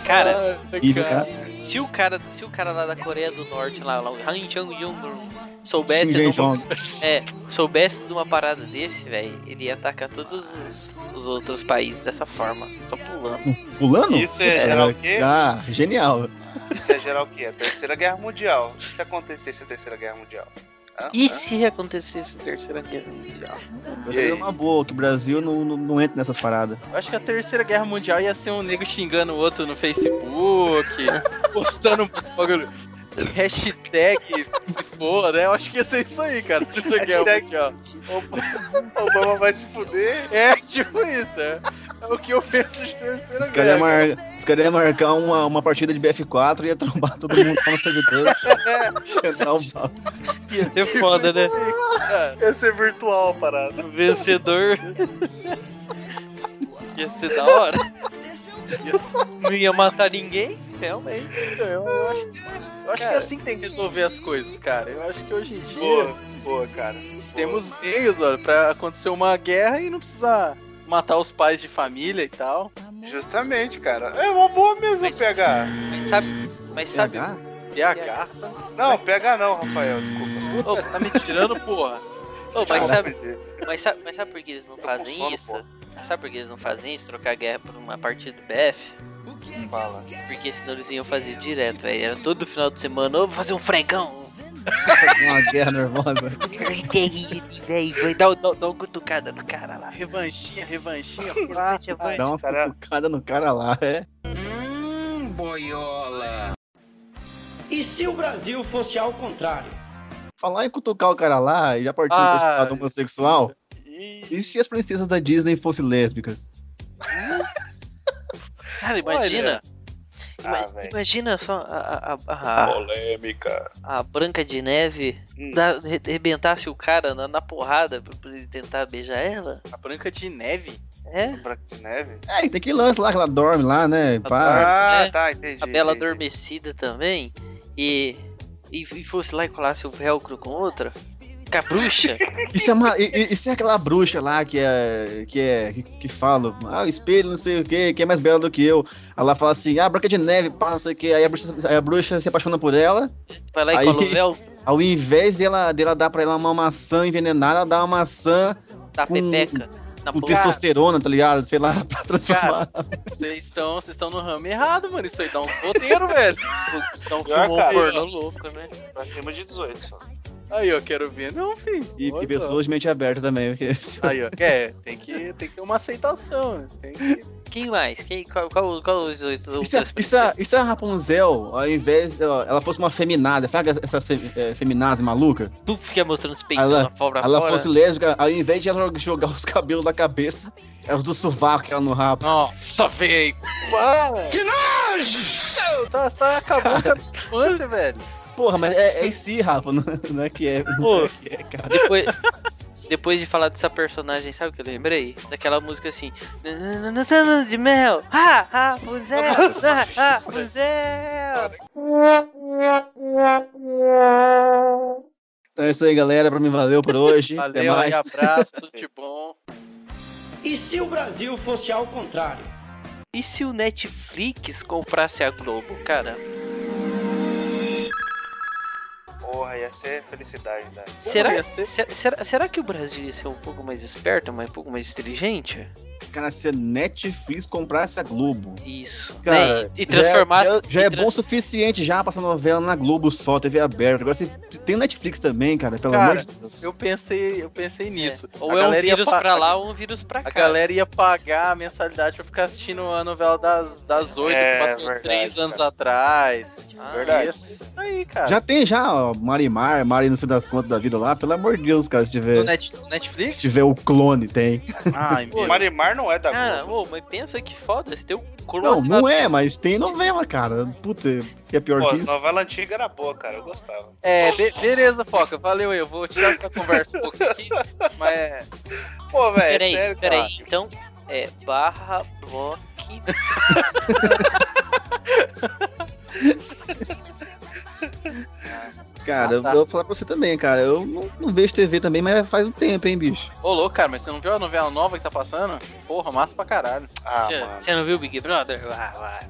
Cara,
que pariu, cara.
se o cara, se o cara lá da Coreia do Norte, lá, lá o Han Jong Yong, soubesse,
Xinjiang
de uma-
Jong.
soubesse de uma parada desse, velho, ele ia atacar todos os, os outros países dessa forma, só pulando.
Pulando?
Isso é geral o quê?
Ah, genial.
Isso é geral o quê? A Terceira Guerra Mundial. E se acontecesse a Terceira Guerra Mundial? Hã?
E se acontecesse a Terceira Guerra Mundial?
Eu
E
tenho
aí?
uma boa, que o Brasil não, não, não entra nessas paradas.
Eu acho que a Terceira Guerra Mundial ia ser um nego xingando o outro no Facebook, (laughs) postando uns bagulho. Hashtag se for, né? Eu acho que ia ser isso aí, cara. Terceira Guerra
Hashtag-
Mundial.
Hã? (laughs) Obama vai se fuder.
É tipo isso, é. É o que eu penso de Terceira
Os caras
Guerra.
iam mar... os cara ia marcar uma, uma partida de BF4 e ia trombar (laughs) todo mundo lá no
(laughs)
servidor. Central Val.
Ia ser
é
foda, né?
Ia ser virtual a parada.
O vencedor. ia ser da hora. Não ia matar ninguém, realmente.
Eu acho, eu acho que é assim que tem que resolver as coisas, cara. Eu acho que hoje em dia
Boa, boa, cara.
temos meios, ó, pra acontecer uma guerra e não precisar matar os pais de família e tal.
Justamente, cara. É uma boa mesmo,
Mas-
PH.
Mas sabe. Mas sabe.
PH?
PH.
Não, PH não, Rafael, desculpa.
Ô,
Você tá me tirando, porra.
ô, mas,
Desculpa.
sabe mas, sabe, mas sabe por que eles não
com
fazem
sono,
isso? Sabe por que eles não fazem isso? Trocar guerra por uma partida do BF?
Fala.
Porque senão eles iam fazer direto, velho. Era todo final de semana, ô, vou fazer um fregão.
Tá Uma guerra nervosa.
Véi, vai dar dar- dar uma cutucada no cara lá.
Revanchinha, (laughs) revanchinha.
Dá uma
cara.
cutucada no cara lá, é.
E se o Brasil fosse ao contrário?
Falar em cutucar o cara lá e já partiu ah,
Ah.
esse lado homossexual. E se as princesas da Disney fossem lésbicas?
Cara, imagina. ima-
Ah, velho.
imagina só a, a- a- a-
Polêmica.
a Branca de Neve
Hum.
da, re- arrebentasse o cara na, na porrada pra pra ele tentar beijar ela?
A Branca de Neve.
É?
Branca de neve?
É, e tem aquele lance lá que ela dorme lá, né? Pá.
Ah,
né?
tá, entendi.
A Bela
entendi.
adormecida também. E, e, e fosse lá e colasse o velcro com outra? Com a bruxa?
Isso é, uma, e- e- isso é aquela bruxa lá que é. que é. que, que fala, ah, o espelho, não sei o que, que é mais bela do que eu. Ela fala assim, ah, branca de neve, pá, não sei o que. Aí a bruxa, aí a bruxa se apaixona por ela.
Vai lá e
Aí-
cola o velcro
Ao invés dela, dela dar pra ela uma maçã envenenada, ela dá uma maçã
da
Com-
pepeca. Na
com
boca.
testosterona, tá ligado? Sei lá, (laughs) pra transformar.
Vocês estão vocês estão no ramo errado, mano. Isso aí dá uns roteiros, velho. Estão
Pior,
filmando
cara.
pornô louco, né?
Pra cima de 18 só.
Aí, ó, quero ver. Não, filho.
e, e
Olha.
pessoas de mente aberta também. Porque...
Aí, ó. É, tem que, tem que ter uma aceitação, né? Tem que...
Quem mais? Quem, qual, qual, qual os oito
E se, a-
outras
e, se a, e se é, a Rapunzel, ao invés. ó, Ela fosse uma feminada, sabe essa fe- é, feminazi maluca?
Tu que fica mostrando os peitos
Ela-
na fora
ela
fora.
fosse lésbica, ao invés de ela jogar os cabelos da cabeça, é os do sovaco que ela no rabo.
Nossa, velho. Que nojo! Tá, tá, acabou com a minha infância, velho.
Porra, mas é, é em si, Rafa, (laughs) não, não é que é. Não é que é, cara.
Depois, depois de falar dessa personagem, sabe o que eu lembrei? Daquela música assim. Não chama de mel! Ha! Ha! Rapunzel! Ha! Ha! Rapunzel!
Então é isso aí, galera. Pra mim, valeu por hoje. Até
Valeu, aí,
mais.
abraço, tudo de bom.
E se o Brasil fosse ao contrário?
E se o Netflix comprasse a Globo, cara?
Porra, ia ser felicidade, né?
Será,
ia ser-
se- será, será que o Brasil ia ser um pouco mais esperto, mas um pouco mais inteligente?
Cara, se a Netflix comprasse a Globo.
Isso. né?
Cara,
e, e transformasse.
Já, é- já
e
é
trans-
bom o suficiente já passar novela na Globo só, TV aberta. Agora você tem Netflix também, cara, pelo
Cara,
amor de Deus.
Eu pensei, eu pensei nisso.
Ou
A
é um
galera ia
vírus
pa-
pra lá ou um vírus pra
A
cá.
galera ia pagar a mensalidade pra ficar assistindo a novela das, das 8
É,
que passou
verdade,
três anos
cara.
atrás.
Ah,
verdade. Isso aí, cara.
Já tem já, ó, Marimar, Mari não sei das contas da vida lá, pelo amor de Deus, cara, se
No
tiver,
Net-
(laughs) se
Netflix?
tiver o clone, tem.
Ai, meu.
O Marimar não é da
Cara,
Globo.
ô, mas pensa que foda, se tem um clone
Não,
da-
não é, mas tem novela, cara. Puta, que é pior
Pô,
que
as
isso.
novela antiga era boa, cara. Eu gostava.
É, be- beleza, Foca. Valeu aí. Eu vou tirar essa conversa um pouco aqui. Mas (laughs) é,
Pô, velho,
Peraí,
sério,
peraí.
cara.
Então, é barra block.
Cara,
Ah, tá.
eu vou falar pra você também, cara. Eu não, não vejo TV também, mas faz um tempo, hein, bicho.
ô louco, cara, mas você não viu a novela nova que tá passando? Porra, massa pra caralho.
Ah, mano.
Você não viu o Big Brother? Ah,
Ah.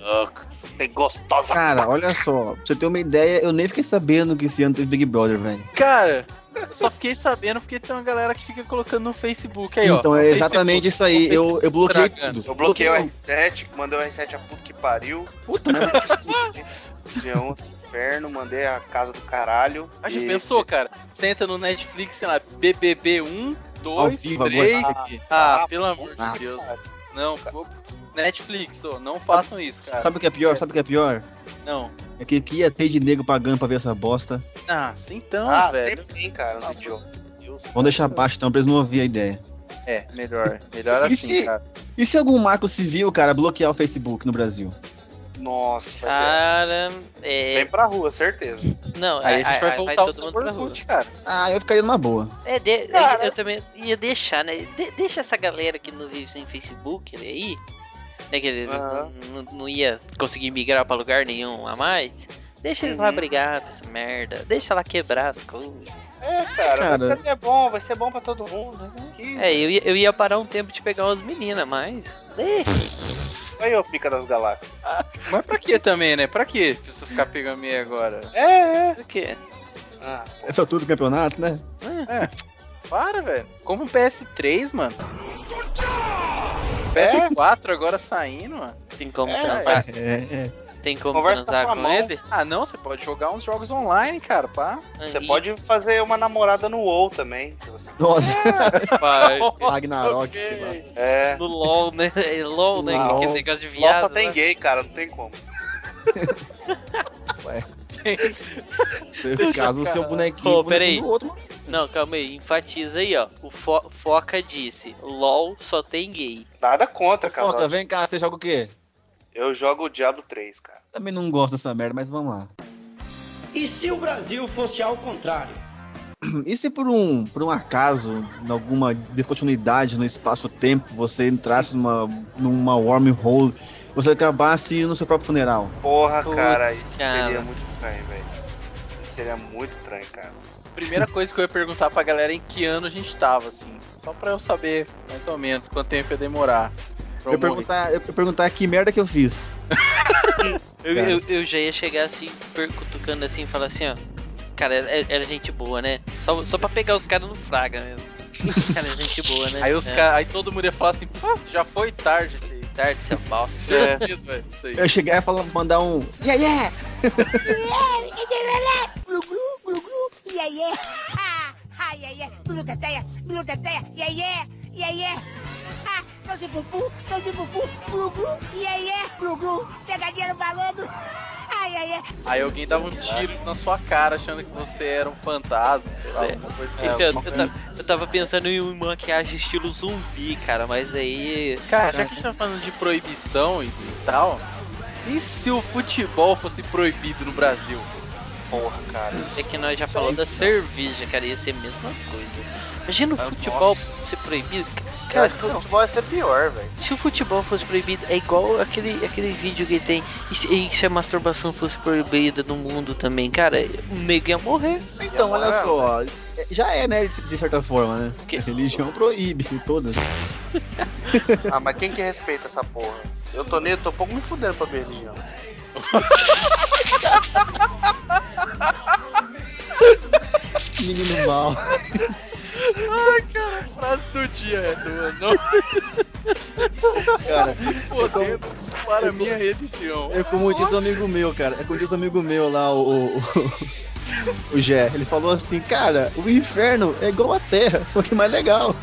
ah, louco.
Tem gostosa.
Cara, olha só, pra você ter uma ideia, eu nem fiquei sabendo que esse ano teve Big Brother, velho.
Cara, eu só fiquei sabendo porque tem uma galera que fica colocando no Facebook aí, ó.
Então
No
é
Facebook.
exatamente isso aí.
no
Eu, eu bloqueei
Instagram.
tudo.
Eu bloqueei o
Todo-
R7, mandei o R7 a puta que pariu.
Puta, mas
G1 esse inferno, mandei a casa do caralho.
Ah, já
E-
pensou, cara? Você entra no Netflix, sei lá, BBB 1, 2,
ao vivo agora.
3.
tá aqui.
um, Ah, pelo amor
Nossa.
de Deus. Não, pô, Netflix, ô, não façam isso, cara.
Sabe o que é pior? Sabe o que é pior?
Não.
É que, que ia ter de nego pagando pra ver essa bosta.
Ah, sim, então,
Ah,
velho.
sempre tem, cara,
Tá
nos idiotas.
Vamos deixar baixo então, pra eles não ouvirem a ideia.
É, melhor. Melhor
E
assim,
se-
cara.
E se algum marco civil, cara, bloquear o Facebook no Brasil?
Ah,
Nossa, velho.
Cara,
Vem
Ah, é.
pra rua, certeza.
Não, é,
Aí a gente vai voltar
todo
ao
mundo pra rua.
Orkut, cara.
Ah, eu ficaria numa boa.
É, de-
Cara.
eu, eu também ia deixar, né? De- deixa essa galera que não vive sem Facebook né, aí. Né, que ele
Aham.
não, não ia conseguir migrar pra lugar nenhum a mais. Deixa eles lá
Uhum.
brigar com essa merda. Deixa lá quebrar as coisas.
É, cara,
Cara.
vai ser bom, vai ser bom pra todo mundo. né? Que-
É, eu ia, eu ia parar um tempo de pegar umas meninas, mas. Deixa.
Aí eu pica das galáxias.
Mas pra que também, né? Pra que precisa ficar pegando meia agora?
É, é.
(laughs) O quê?
Ah,
Essa altura do É campeonato, né?
Para, velho. Como um PS3, mano. É? PS4 agora saindo, mano.
Tem como
É,
transar?
É, é.
Tem como
Conversa com a
transar
sua
com
mão.
ele?
Ah, não, você pode jogar uns jogos online, cara, pá.
Você
E-
pode fazer uma namorada no WoW também, se você
(laughs)
Nossa,
Rapaz,
Ragnarok, sei lá.
É.
No LOL, né? É LOL, né?
LOL.
Aquele negócio de
LOL
viado.
só tem
né?
gay, cara, não tem como.
Você casa o seu bonequinho
Ô,
com o
peraí.
bonequinho do outro, mano.
Não, calma aí, enfatiza aí, ó. O Fo- Foca disse: LOL só tem gay.
Nada contra,
Foca,
cara.
vem cá, você joga o quê?
Eu jogo o Diablo 3, cara.
Também não gosto dessa merda, mas vamos lá.
E se o Brasil fosse ao contrário?
E se por um, por um acaso, em alguma descontinuidade no espaço-tempo, você entrasse numa, numa wormhole, você acabasse no seu próprio funeral?
Porra,
Putz,
cara, isso
cara.
seria muito estranho, velho. Isso seria muito estranho, cara.
Primeira coisa que eu ia perguntar pra galera é em que ano a gente tava, assim. Só pra eu saber, mais ou menos, quanto tempo ia demorar. pra
Eu
morrer.
perguntar, eu perguntar que merda que eu fiz.
Eu,
Cara.
eu- eu já ia chegar assim, percutucando assim e falar assim, ó. Cara, era, era gente boa, né? Só, só pra pegar os caras no fraga mesmo. (laughs) Cara, era gente boa, né?
Aí, os
É.
ca- aí todo mundo ia falar assim, pô, já foi tarde É. isso aí.
Tarde,
(laughs)
seu pau.
Certeza, velho, isso aí.
Eu chegar e falar, mandar um. Yeah, yeah!
Aí alguém dava um tiro na sua cara achando que você era um fantasma, sei lá, É, alguma coisa assim.
Então, eu, tava, eu tava pensando em uma maquiagem estilo zumbi, cara, mas aí.
Cara, já que a gente tá falando de proibição e e tal, e se o futebol fosse proibido no Brasil?
Porra, cara.
É que nós já falamos da cerveja, cara, ia ser a mesma coisa. Imagina o futebol ser proibido.
Eu
Cara,
acho que o futebol ia ser pior, velho.
se o futebol fosse proibido, é igual aquele, aquele vídeo que tem. E se, e se a masturbação fosse proibida no mundo também, cara, o nego ia morrer.
Então, olha só. é, Já é, né? De certa forma, né?
Que-
Religião proíbe todas.
(laughs) Ah, mas quem que respeita essa porra? Eu tô nem, eu tô um pouco me fudendo pra minha religião.
Menino mal.
Frase do dia é do não
(laughs) Cara,
podemos para minha religião.
é como diz um amigo meu, cara. É como diz um amigo meu lá, o. (laughs) o, o Gé. Ele falou assim, cara, o inferno é igual a terra, só que mais legal.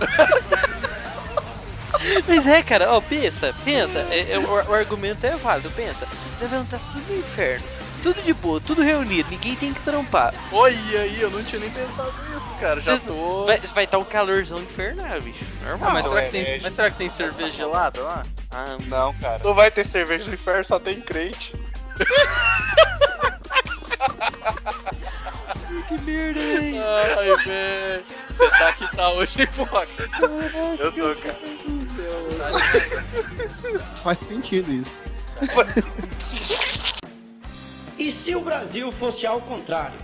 Mas é, cara, ó, pensa, pensa. é- é, o, o argumento é válido, pensa. Nós vamos estar tá tudo no inferno, tudo de boa, tudo reunido, ninguém tem que trampar.
Olha aí, eu não tinha nem pensado nisso, cara. Já tô.
Vai estar vai tá um calorzão infernal, bicho. Normal.
Ah, mas, será
é,
que tem,
né,
mas será que tem cerveja gelada lá?
Ah,
Não, cara. Não vai ter cerveja no inferno, só tem crente.
que merda, hein?
Ai, velho. Você tá aqui tá hoje, (laughs) foca.
Eu tô, cara.
Faz sentido isso.
(laughs) E se o Brasil fosse ao contrário?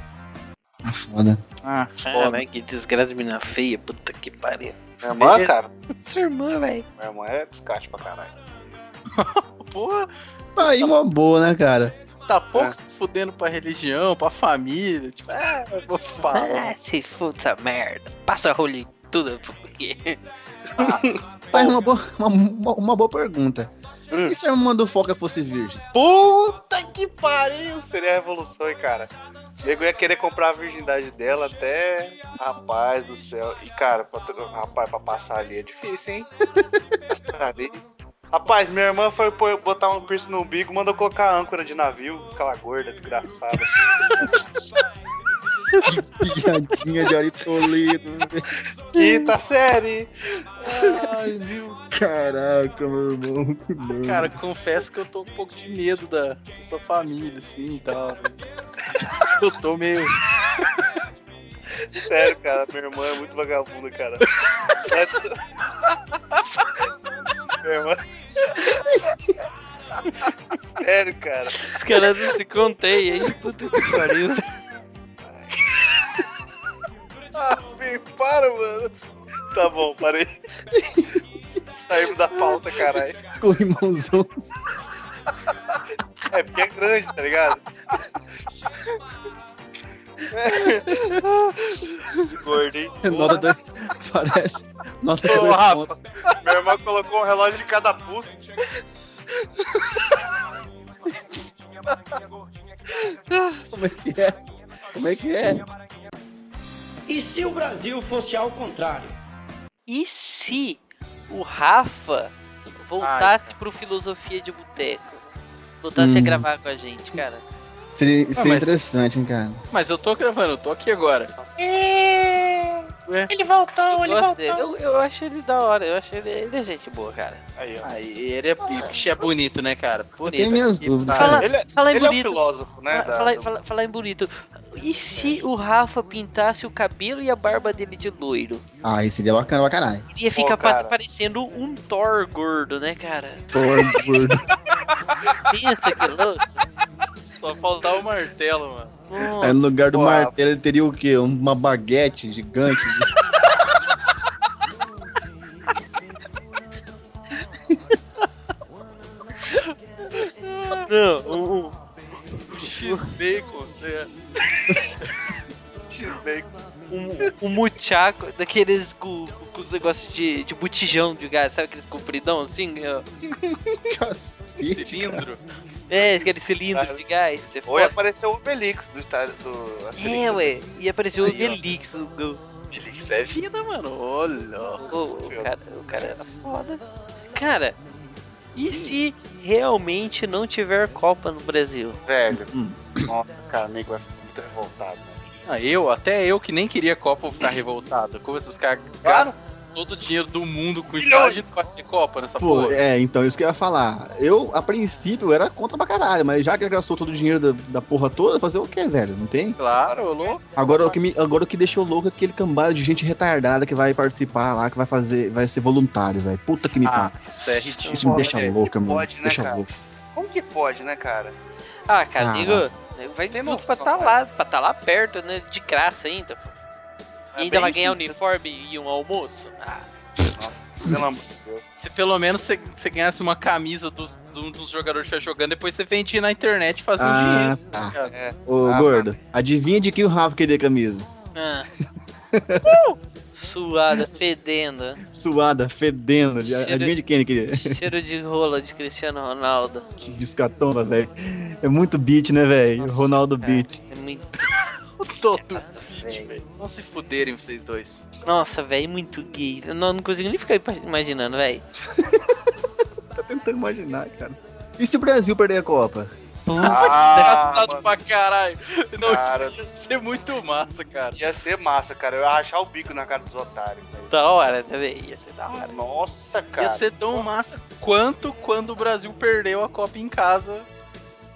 Ah, foda.
Ah,
Pô, né? Que desgraça de menina feia, puta que pariu.
Minha irmã, cara.
Sua irmã, velho.
Minha irmã é descarte pra caralho.
porra.
Aí uma boa, né, cara?
Tá pouco se fudendo pra religião, pra família. Tipo, ah, eu vou falar.
Ah, se foda essa merda. Passa rolho em tudo. porque-
Faz uma boa, uma, uma- uma boa pergunta.
Hum.
E se a irmã do Foca fosse virgem? (laughs)
Puta que pariu! Seria a revolução, hein, cara. O nego ia querer comprar a virgindade dela até. Rapaz do céu. E, cara, pra... ter- rapaz, pra passar ali é difícil, hein? (laughs) Passar ali. Rapaz, minha irmã foi pôr- botar um piercing no umbigo, mandou colocar âncora de navio. Aquela gorda, desgraçada.
Piadinha de né? Aritoledo, velho.
Quinta série!
Ai, meu.
Caraca, meu irmão. que doido.
Cara, confesso que eu tô um pouco de medo da, da sua família, assim e tal. Eu tô meio.
Sério, cara, minha irmã é muito vagabunda, cara. (laughs) minha irmã. (laughs) Sério, cara.
Os caras não se contei, hein? Puta que pariu.
Ah, bem, para, mano. Tá bom, parei. Saímos da pauta, caralho.
com o irmãozão.
É porque é grande, tá ligado? (laughs) Gordo, hein?
É Nota dois. Parece. Nota de
Ô,
dois
Rafa.
pontos.
Minha irmã colocou um relógio de cada pulso.
Como é que é? Como é que é?
E se o Brasil fosse ao contrário?
E se o Rafa voltasse pro Filosofia de Boteco? Botar você
Hum.
gravar com a gente, cara.
Seria, seria
mas-
interessante, hein, cara.
Mas eu tô gravando, eu tô aqui agora.
Ele voltou,
Eu gosto dele. Eu, eu acho ele da hora. Eu acho ele, ele é gente boa, cara.
Aí, ó.
Aí ele é, o bicho é bonito, né, cara? Bonito.
Tem minhas
Que
dúvidas,
pariu.
Fala-
Ele, é-
Falar em
ele é um
bonito.
filósofo, né?
Fala-
da-
Falar
do-
fala- falar em bonito. E se o Rafa pintasse o cabelo e a barba dele de loiro?
Ah, esse seria bacana pra caralho.
Ele ia ficar pa-
cara.
parecendo um Thor gordo, né, cara?
Tô gordo.
Pensa que louco.
Só faltava o martelo, mano.
Nossa.
Aí É,
É.
no lugar do
Pô,
martelo ele teria o quê? Uma baguete gigante.
Não, um- um-
X-Bacon. né?
né? (laughs)
um, um muchaco daqueles com, com os negócios de, de botijão de gás, sabe aqueles compridão assim? ó?
(laughs)
de Cacete.
Cilindro.
É, aquele cilindro
Cara,
de gás. que Você
Hoje
fala.
apareceu o Belix do estádio do.
É,
Asterix.
ué, e apareceu o
Aí, ó.
Belix, o, o,
Isso é vida, mano. Olha.
o- o cara, o cara era foda. Cara, e se realmente não tiver Copa no Brasil?
Velho.
Hum.
Nossa, cara, o nego vai ficar muito revoltado. né?
Ah, eu, até eu que nem queria Copa, vou
(laughs)
ficar revoltado. Como esses caras
Claro.
gastam todo o dinheiro do mundo com
Milhões.
estádio e não vai ter Copa
tá
nessa
Pô,
porra.
é, então isso que eu ia falar. Eu, a princípio, era contra pra caralho, mas já que ele gastou todo o dinheiro da, da porra toda, fazer o quê, velho? Não tem?
Claro, ô louco.
Agora o, que me, agora o que deixou louco é aquele cambada de gente retardada que vai participar lá, que vai fazer, vai ser voluntário, velho. Puta que me
Ah,
pariu.
isso é ridículo.
Isso me deixa
então pode,
louca, mano.
pode, né,
deixa
cara?
louco.
Como que pode, né, cara?
Ah, cara,
Ah,
nego, nego vai
Tem
tudo pra
noção,
tá lá, pra tá lá perto, né? De graça ainda. pô.
É
E ainda
bem
vai ganhar
isso.
uniforme e um almoço? Ah,
Pelo amor de Deus.
Se pelo menos você- você ganhasse uma camisa dos- de um dos jogadores que tá jogando, depois você vendia na internet e fazia um
Ah,
dinheiro.
tá.
É.
Ô,
Ah,
gordo, adivinha de que o Rafa queria a camisa?
Ah. Uh! Suada, fedendo.
Suada, fedendo.
Cheiro-
Adivinha de quem ele queria?
Cheiro de rola de Cristiano Ronaldo.
Que biscatona, velho. É muito beat, né, velho?
Nossa,
Ronaldo
cara.
beat.
É muito.
Todo
Ah,
Gente,
velho.
velho, Não se fuderem vocês dois.
Nossa, velho, muito gay. Eu não, não consigo nem ficar impa- imaginando, velho.
Tá tentando imaginar, cara. E se o Brasil perder a Copa?
Ah,
Engraçado
mano,
pra caralho.
Ah.
Não,
Cara.
ia ser muito massa, cara.
ia ser massa, cara. Eu ia rachar o bico na cara dos otários. velho.
Da hora, né, velho? Ia ser da hora.
Nossa, cara.
Ia ser tão massa quanto quando o Brasil perdeu a Copa em casa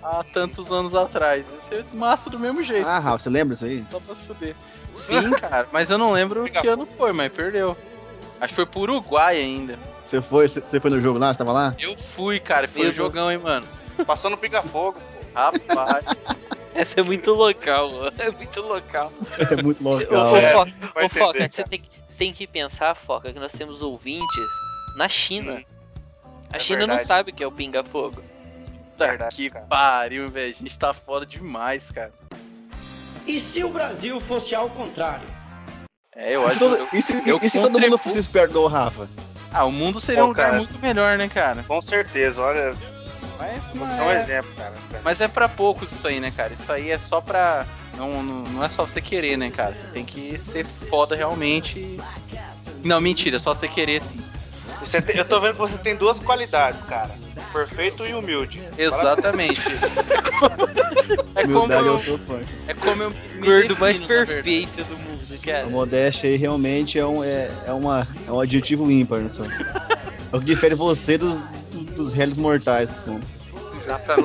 há tantos anos atrás. Ia ser massa do mesmo jeito.
Ah, Rafa, você lembra isso aí?
Só pra se fuder. (laughs) Sim, cara, mas eu não lembro
Fica
que ano foi, mas perdeu. Acho que foi pro Uruguai ainda.
Você foi, você- você foi no jogo lá? Você tava lá?
Eu fui, cara, foi
Meu
um jogão, hein, mano.
Passou no pinga-fogo.
Rapaz.
Essa é muito local, mano. (laughs) É muito local.
É muito
Ô,
local.
ô,
é.
Foca,
vai
ô, Foca,
entender,
você tem, que, você tem que pensar, Foca, que nós temos ouvintes na China. A
é
China não
verdade.
sabe o que é o pinga-fogo.
(laughs) Puta
Verdade,
que
cara.
pariu, velho. A gente tá foda demais, cara.
E se o Brasil fosse ao contrário?
É, eu
E
acho
se todo,
que.
e se,
eu
e se todo mundo
contribuo.
fosse esperto igual o Rafa?
Ah, o mundo seria
Pô,
um lugar
cara.
muito melhor, né, cara?
Com certeza, olha,
Mas,
você
mas
é um
é-
exemplo, cara.
mas é pra poucos isso aí, né, cara? Isso aí é só pra. Não, não, não é só você querer, né, cara? Você tem que ser foda realmente. Não, mentira, é só você querer sim.
Você tem- eu tô vendo que você tem duas qualidades, cara. Perfeito e humilde.
(laughs) Exatamente. é, como
Humildade é o
eu,
seu fã.
é como eu. me
Gordo mais
defino, na verdade.
perfeito do mundo,
A
cara.
modéstia aí realmente é um, é, é uma, é um adjetivo ímpar, né, só. É o que difere você dos, dos réis mortais né, que são.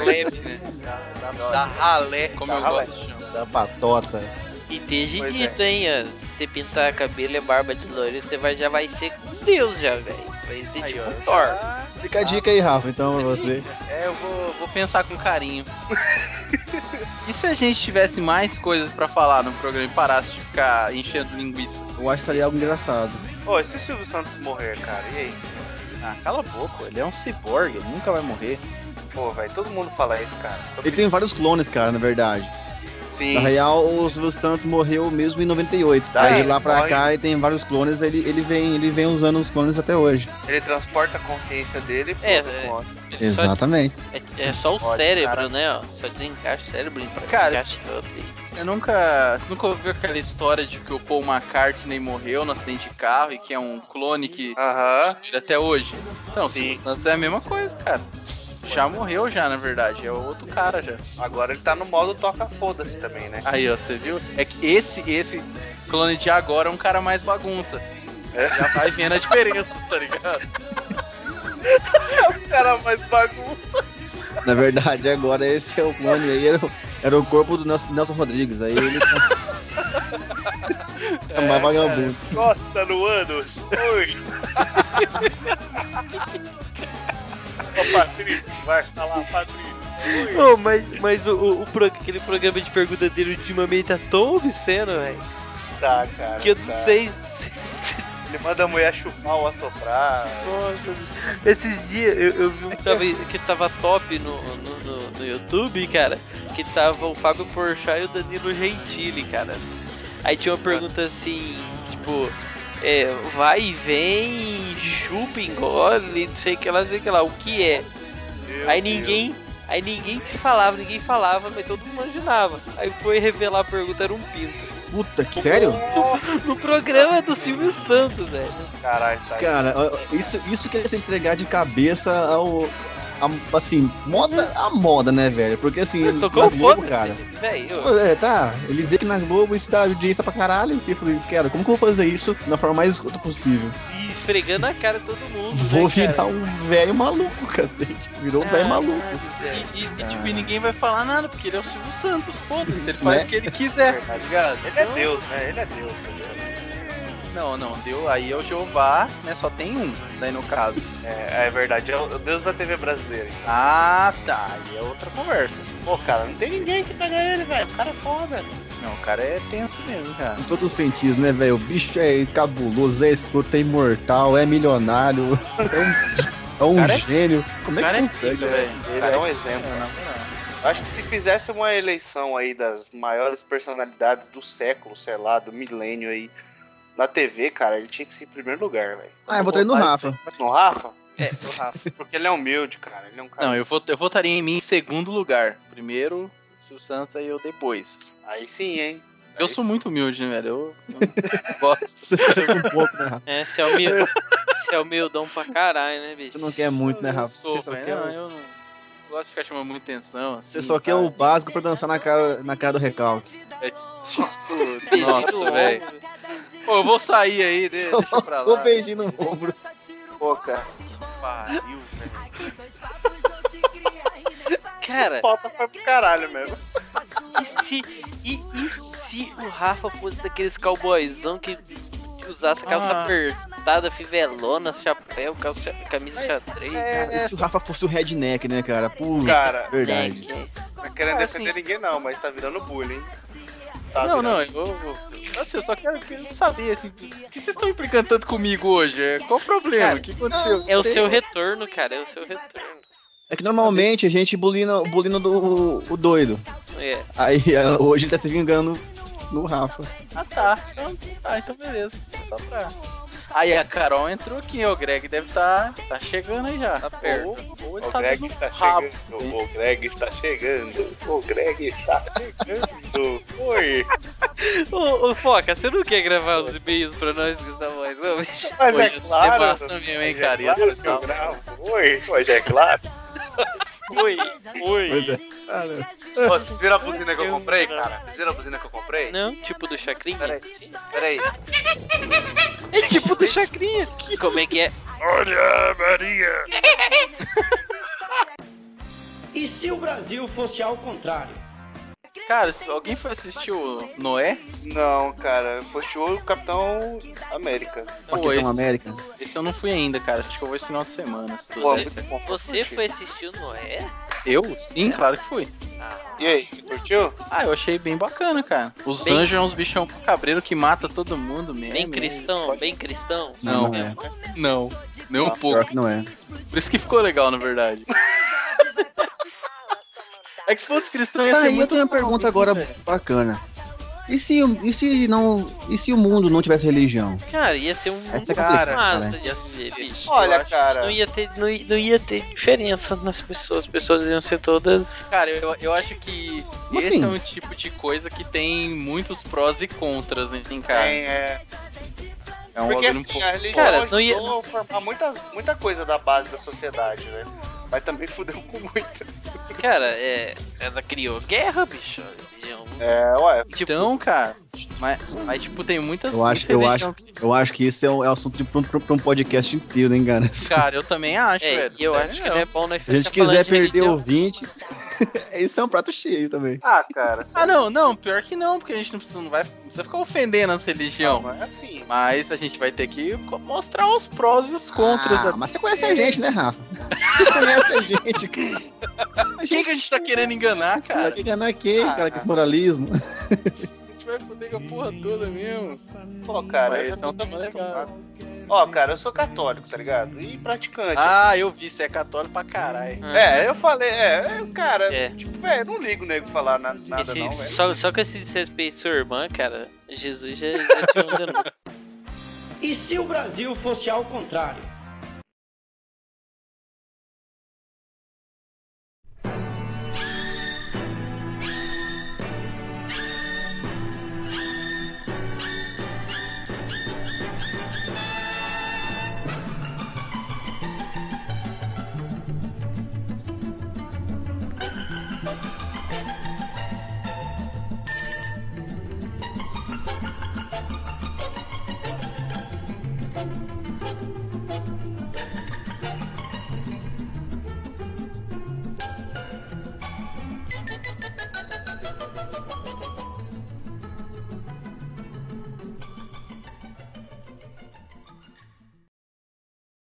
Leve, né? Da, da, da ralé, como eu gosto de chamar.
Da patota.
E desde
Pois
dito, hein, Ana? Se você pintar cabelo e barba de loiro, você vai, já vai ser com Deus já, velho. Vai ser
Aí,
tipo
ó.
um Thor.
Fica a dica aí, Rafa, então, pra você.
É, eu vou, vou pensar com carinho. e se a gente tivesse mais coisas pra falar no programa e parasse de ficar enchendo linguiça?
Eu acho que seria algo engraçado.
Ô, e se o Silvio Santos morrer, cara? E aí?
Ah, cala a boca, ele é um ciborgue, ele nunca vai morrer.
Pô, velho, todo mundo fala isso, cara. Tô
Ele tem vários clones, cara, na verdade.
Sim.
Na real, o Silvio Santos morreu mesmo em 98.
Ah,
Aí de
é,
lá pra
morre.
cá ele tem vários clones, ele, ele, vem, ele vem usando os clones até hoje.
Ele transporta a consciência dele pro
É,
outro
é.
clone.
Ele só-
Exatamente.
é, é só o
Olha,
cérebro,
cara.
né, ó. Só desencaixa o cérebro. Pra
Cara,
encaixa em outro aí.
Você nunca, você nunca ouviu aquela história de que o Paul McCartney morreu no acidente de carro e que é um clone que
Aham.
vive até hoje? Então,
Sim.
Sim. Santos é a mesma coisa, cara. já morreu já, na verdade. É outro cara já.
Agora ele tá no modo toca foda-se também, né?
Aí, ó, você viu? É que esse, esse clone de agora é um cara mais bagunça.
É?
Já vai vendo a diferença, tá ligado?
O cara mais bagunça.
Na verdade, agora esse é o clone aí, era, o- era o corpo do Nelson, Nelson Rodrigues. Aí ele tá, tá mais vagabundo.
Costa no ânus. Oi. (laughs) Ô, Patrício, vai falar, Patrício. Oi.
Ô, mas mas o, o, o pro- aquele programa de pergunta dele ultimamente tá tão obsceno, velho,
Tá, cara.
que eu não
tá.
sei.
Ele manda a mulher chupar ou assoprar.
Nossa, esses dias eu, eu vi um que tava, que tava top no, no, no- no YouTube, cara, que tava o Fábio Porchat e o Danilo Gentili, cara. Aí tinha uma pergunta assim, tipo, é, vai e vem, chupa, engole, não sei o que lá, não sei o que lá, o que é?
Meu
Aí
Deus.
ninguém, aí ninguém se falava, ninguém falava, mas todo mundo imaginava. Aí foi revelar a pergunta, era um pinto.
Puta, que (laughs) sério?
No programa do Silvio Santos, velho.
Caralho, tá.
Cara, ó, isso, isso que é se entregar de cabeça ao. a- assim, moda a moda, né, velho? Porque assim, ele
Tocou
na
o
Globo,
foda,
cara.
Velho,
Pô, É, tá, ele vê que na Globo isso dá audiência pra caralho. E eu falei, cara, como que eu vou fazer isso da forma mais escuta possível?
e esfregando a cara de todo mundo.
Vou
né, cara?
virar um velho maluco, (laughs) cacete. Virou um
Ah.
velho maluco.
(laughs) E, e-
Ah.
e, tipo, e ninguém vai falar nada, porque ele é o Silvio Santos. Foda-se, ele faz
Né?
o que ele quiser, tá ligado?
Ele é Deus, né? Ele é Deus. Cara.
Não, não, deu. Aí é o Jeová, né? Só tem um, daí no caso.
É, é verdade, é o Deus da TV brasileira.
Ah, tá. Aí é outra conversa.
Pô, cara, não tem ninguém que pega ele,
tá
velho. O cara é foda.
Não, o cara é tenso mesmo, cara.
Em todo sentido, né, velho? O bicho é cabuloso, é escroto, é imortal, é milionário, (laughs) é um, é um
Cara, é-
gênio. Como
O
é
cara
que
é
consegue,
pica,
velho?
velho. O
Ele
cara
é um exemplo.
pica, na moral.
Acho que se fizesse uma eleição aí das maiores personalidades do século, sei lá, do milênio aí, na TV, cara, ele tinha que ser em primeiro lugar, velho.
Ah, eu botei no Rafa.
No Rafa?
É, o Rafa.
Porque ele é humilde, cara. Ele é um cara.
Não, eu, vot, eu votaria em mim em segundo lugar. Primeiro, o Silvio Santos, aí eu depois.
Aí sim, hein?
Eu
Aí
sou
sim.
muito humilde, né, velho? Eu, eu gosto.
Você fica um pouco, né, Rafa?
É, você é
(laughs)
humil- você é humildão pra caralho, né, bicho?
Você não quer (laughs) muito, né,
Eu
Rafa?
sou,
Você só
velho.
quer,
Não,
o-
eu não gosto de ficar chamando muita atenção. Assim,
você só quer o básico pra dançar na cara, na cara do recalque. (laughs)
É
é
o. Nossa, velho. Pô, eu vou sair aí, de-
Só
deixa pra
Tô
lá.
beijinho no ombro.
Pô, cara. que Pariu, velho.
(laughs)
Cara,
(laughs) Falta foi pro caralho mesmo.
e se, e, e se o Rafa fosse daqueles cowboyzão que usasse a calça
Ah.
apertada, fivelona, chapéu, calça, camisa xadrez?
É,
E se o Rafa fosse o redneck, né, cara? Puta,
Cara,
verdade.
Né,
não é querendo
É,
defender ninguém, não, mas tá virando bullying, hein? Tá
Não,
virando-
não, eu, eu, assim, eu só quero, quero saber, assim, por que vocês estão implicando tanto comigo hoje? É, Qual o problema?
Cara,
o que aconteceu?
É o
Sei.
seu retorno, cara, é o seu retorno.
É que normalmente a gente bulina, bulina do, o doido.
É.
Aí (laughs) eh, hoje ele tá se vingando no Rafa.
Ah, tá. Então, tá, então beleza. Só pra... Aí a Carol entrou aqui, ó, o Greg deve tá, tá chegando aí já. Tá
perto.
Ou, ou ele
O
tá
Greg
dando
tá
rabo.
chegando. O Greg tá chegando. O Greg
(laughs)
tá chegando. Oi.
Ô, ô, Foca, você não quer gravar os e-mails pra nós com essa voz, não? bicho?
Mas
Hoje
é
eu te
claro.
debaço mesmo, hein,
Mas é
cara,
claro
isso
que eu
tá-
gravo. Oi. Mas é claro.
Oi.
Oi.
Pois é. Ah, né?
(laughs) Ô, vocês viram a buzina que eu comprei, cara? Vocês viram a buzina que eu comprei?
Não, tipo do Chacrinha?
Peraí. Peraí.
É tipo do Chacrinha. Como é que é?
Olha, Maria.
E se o Brasil fosse ao contrário?
Cara, se alguém foi assistir o Noé?
Não, cara. Postou o Capitão América.
Pô,
Capitão
esse,
América.
esse eu não fui ainda, cara. Acho que eu vou esse final de semana. se tudo
Pô,
der
muito
certo.
bom.
Você foi assistir o Noé?
Eu? Sim, claro que fui.
E aí, você curtiu?
Ah, eu achei bem bacana, cara. Os
Bem-
anjos é uns bichão cabreiro que mata todo mundo É mesmo.
Bem cristão, bem cristão.
Não,
Não é.
Não, nem um
Pior
pouco.
que não é.
Por isso que ficou legal, na verdade. é que se fosse cristão ia
Tá,
ser
e eu
muito... né?
tenho uma pergunta agora bacana. E se, o- e, se não, e se o mundo não tivesse religião?
Cara, ia ser um
Essa é
cara,
complicada,
massa
né?
de assistir, bicho.
Olha,
Não
cara.
ia, ter, não, i- não ia ter diferença nas pessoas, as pessoas iam ser todas.
Cara, eu, eu acho que
Como
esse
assim?
é um tipo de coisa que tem muitos prós e contras, hein, cara?
Tem, é.
É um
Porque
bagulho um
assim,
pouco...
a religião
Cara,
cara,
não ia-
a formar muita, muita coisa da base da sociedade, né? Mas também fudeu com muito.
Cara, é, ela criou guerra, bicho. Eu-
É, ué.
Tipo,
Então, cara, mas, mas, tipo, tem muitas
Eu acho, eu,
religião
acho,
que-
eu acho que isso é um, é um assunto de- pra um, pra um podcast inteiro, hein, cara? Se
Cara, eu também acho,
é,
velho.
e eu
sério
acho que
mesmo.
não é bom nós
a gente
ficar falando
quiser
de
perder
religião.
o (laughs) 20, isso é um prato cheio também.
Ah, (laughs) cara.
Ah, não, não, pior que não, porque a gente não precisa, não vai, não precisa ficar ofendendo as religiões.
Mas assim.
Mas a gente vai ter que co- mostrar os prós e os contras.
Ah,
aqui.
mas você conhece a gente, né, Rafa? Você conhece a gente, cara. A
Quem
gente
que a gente tá querendo enganar, cara?
fica na quem,
Ah.
cara, com esse moralismo.
A gente vai foder com a porra toda mesmo.
Pô, cara,
Mas
eu
esse é um
não tô
tema legal.
Ó, cara, eu sou católico, tá ligado? E praticante.
Ah, eu vi, você é católico pra caralho.
É, eu falei, é, eu, cara,
É.
tipo, velho, não ligo o nego falar na- nada
Esse-
não, velho.
só, só com esse desrespeito à sua irmã, cara, Jesus já, já
(laughs)
tinha um denúncio.
E se o Brasil fosse ao contrário?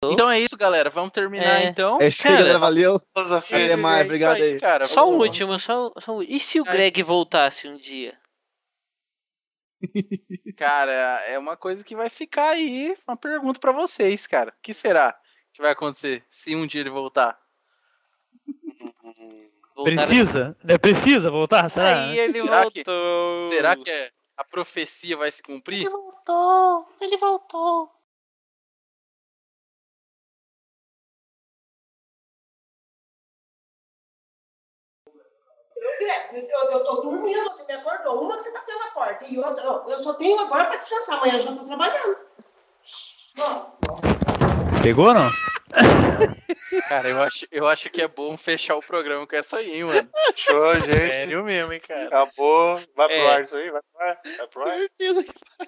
Então é isso, galera. Vamos terminar
É.
então.
É isso aí, galera. Valeu.
Filosofia
Até mais,
é isso
obrigado aí.
Cara,
Só um
Vamos-
último, só, um- só um. E se o Greg voltasse um dia?
Cara, é uma coisa que vai ficar aí. Uma pergunta pra vocês, cara. O que será que vai acontecer se um dia ele voltar?
Voltar-
Precisa?
Né,
É, precisa voltar? Será?
Aí ele
Será que-
voltou.
Será que é- a profecia vai se cumprir?
voltou, ele voltou.
É, Eu, eu tô dormindo, você me acordou. Uma que você bateu na porta. E outra, eu, eu só tenho agora pra descansar. Amanhã eu já tô trabalhando. Bom,
Pegou ou não?
Cara, eu acho, eu acho que é bom fechar o programa com essa aí, hein, mano.
Show, gente.
Sério mesmo, hein, cara.
Acabou. Vai pro
É.
ar isso aí, vai pro ar. Vai pro ar.
Certeza que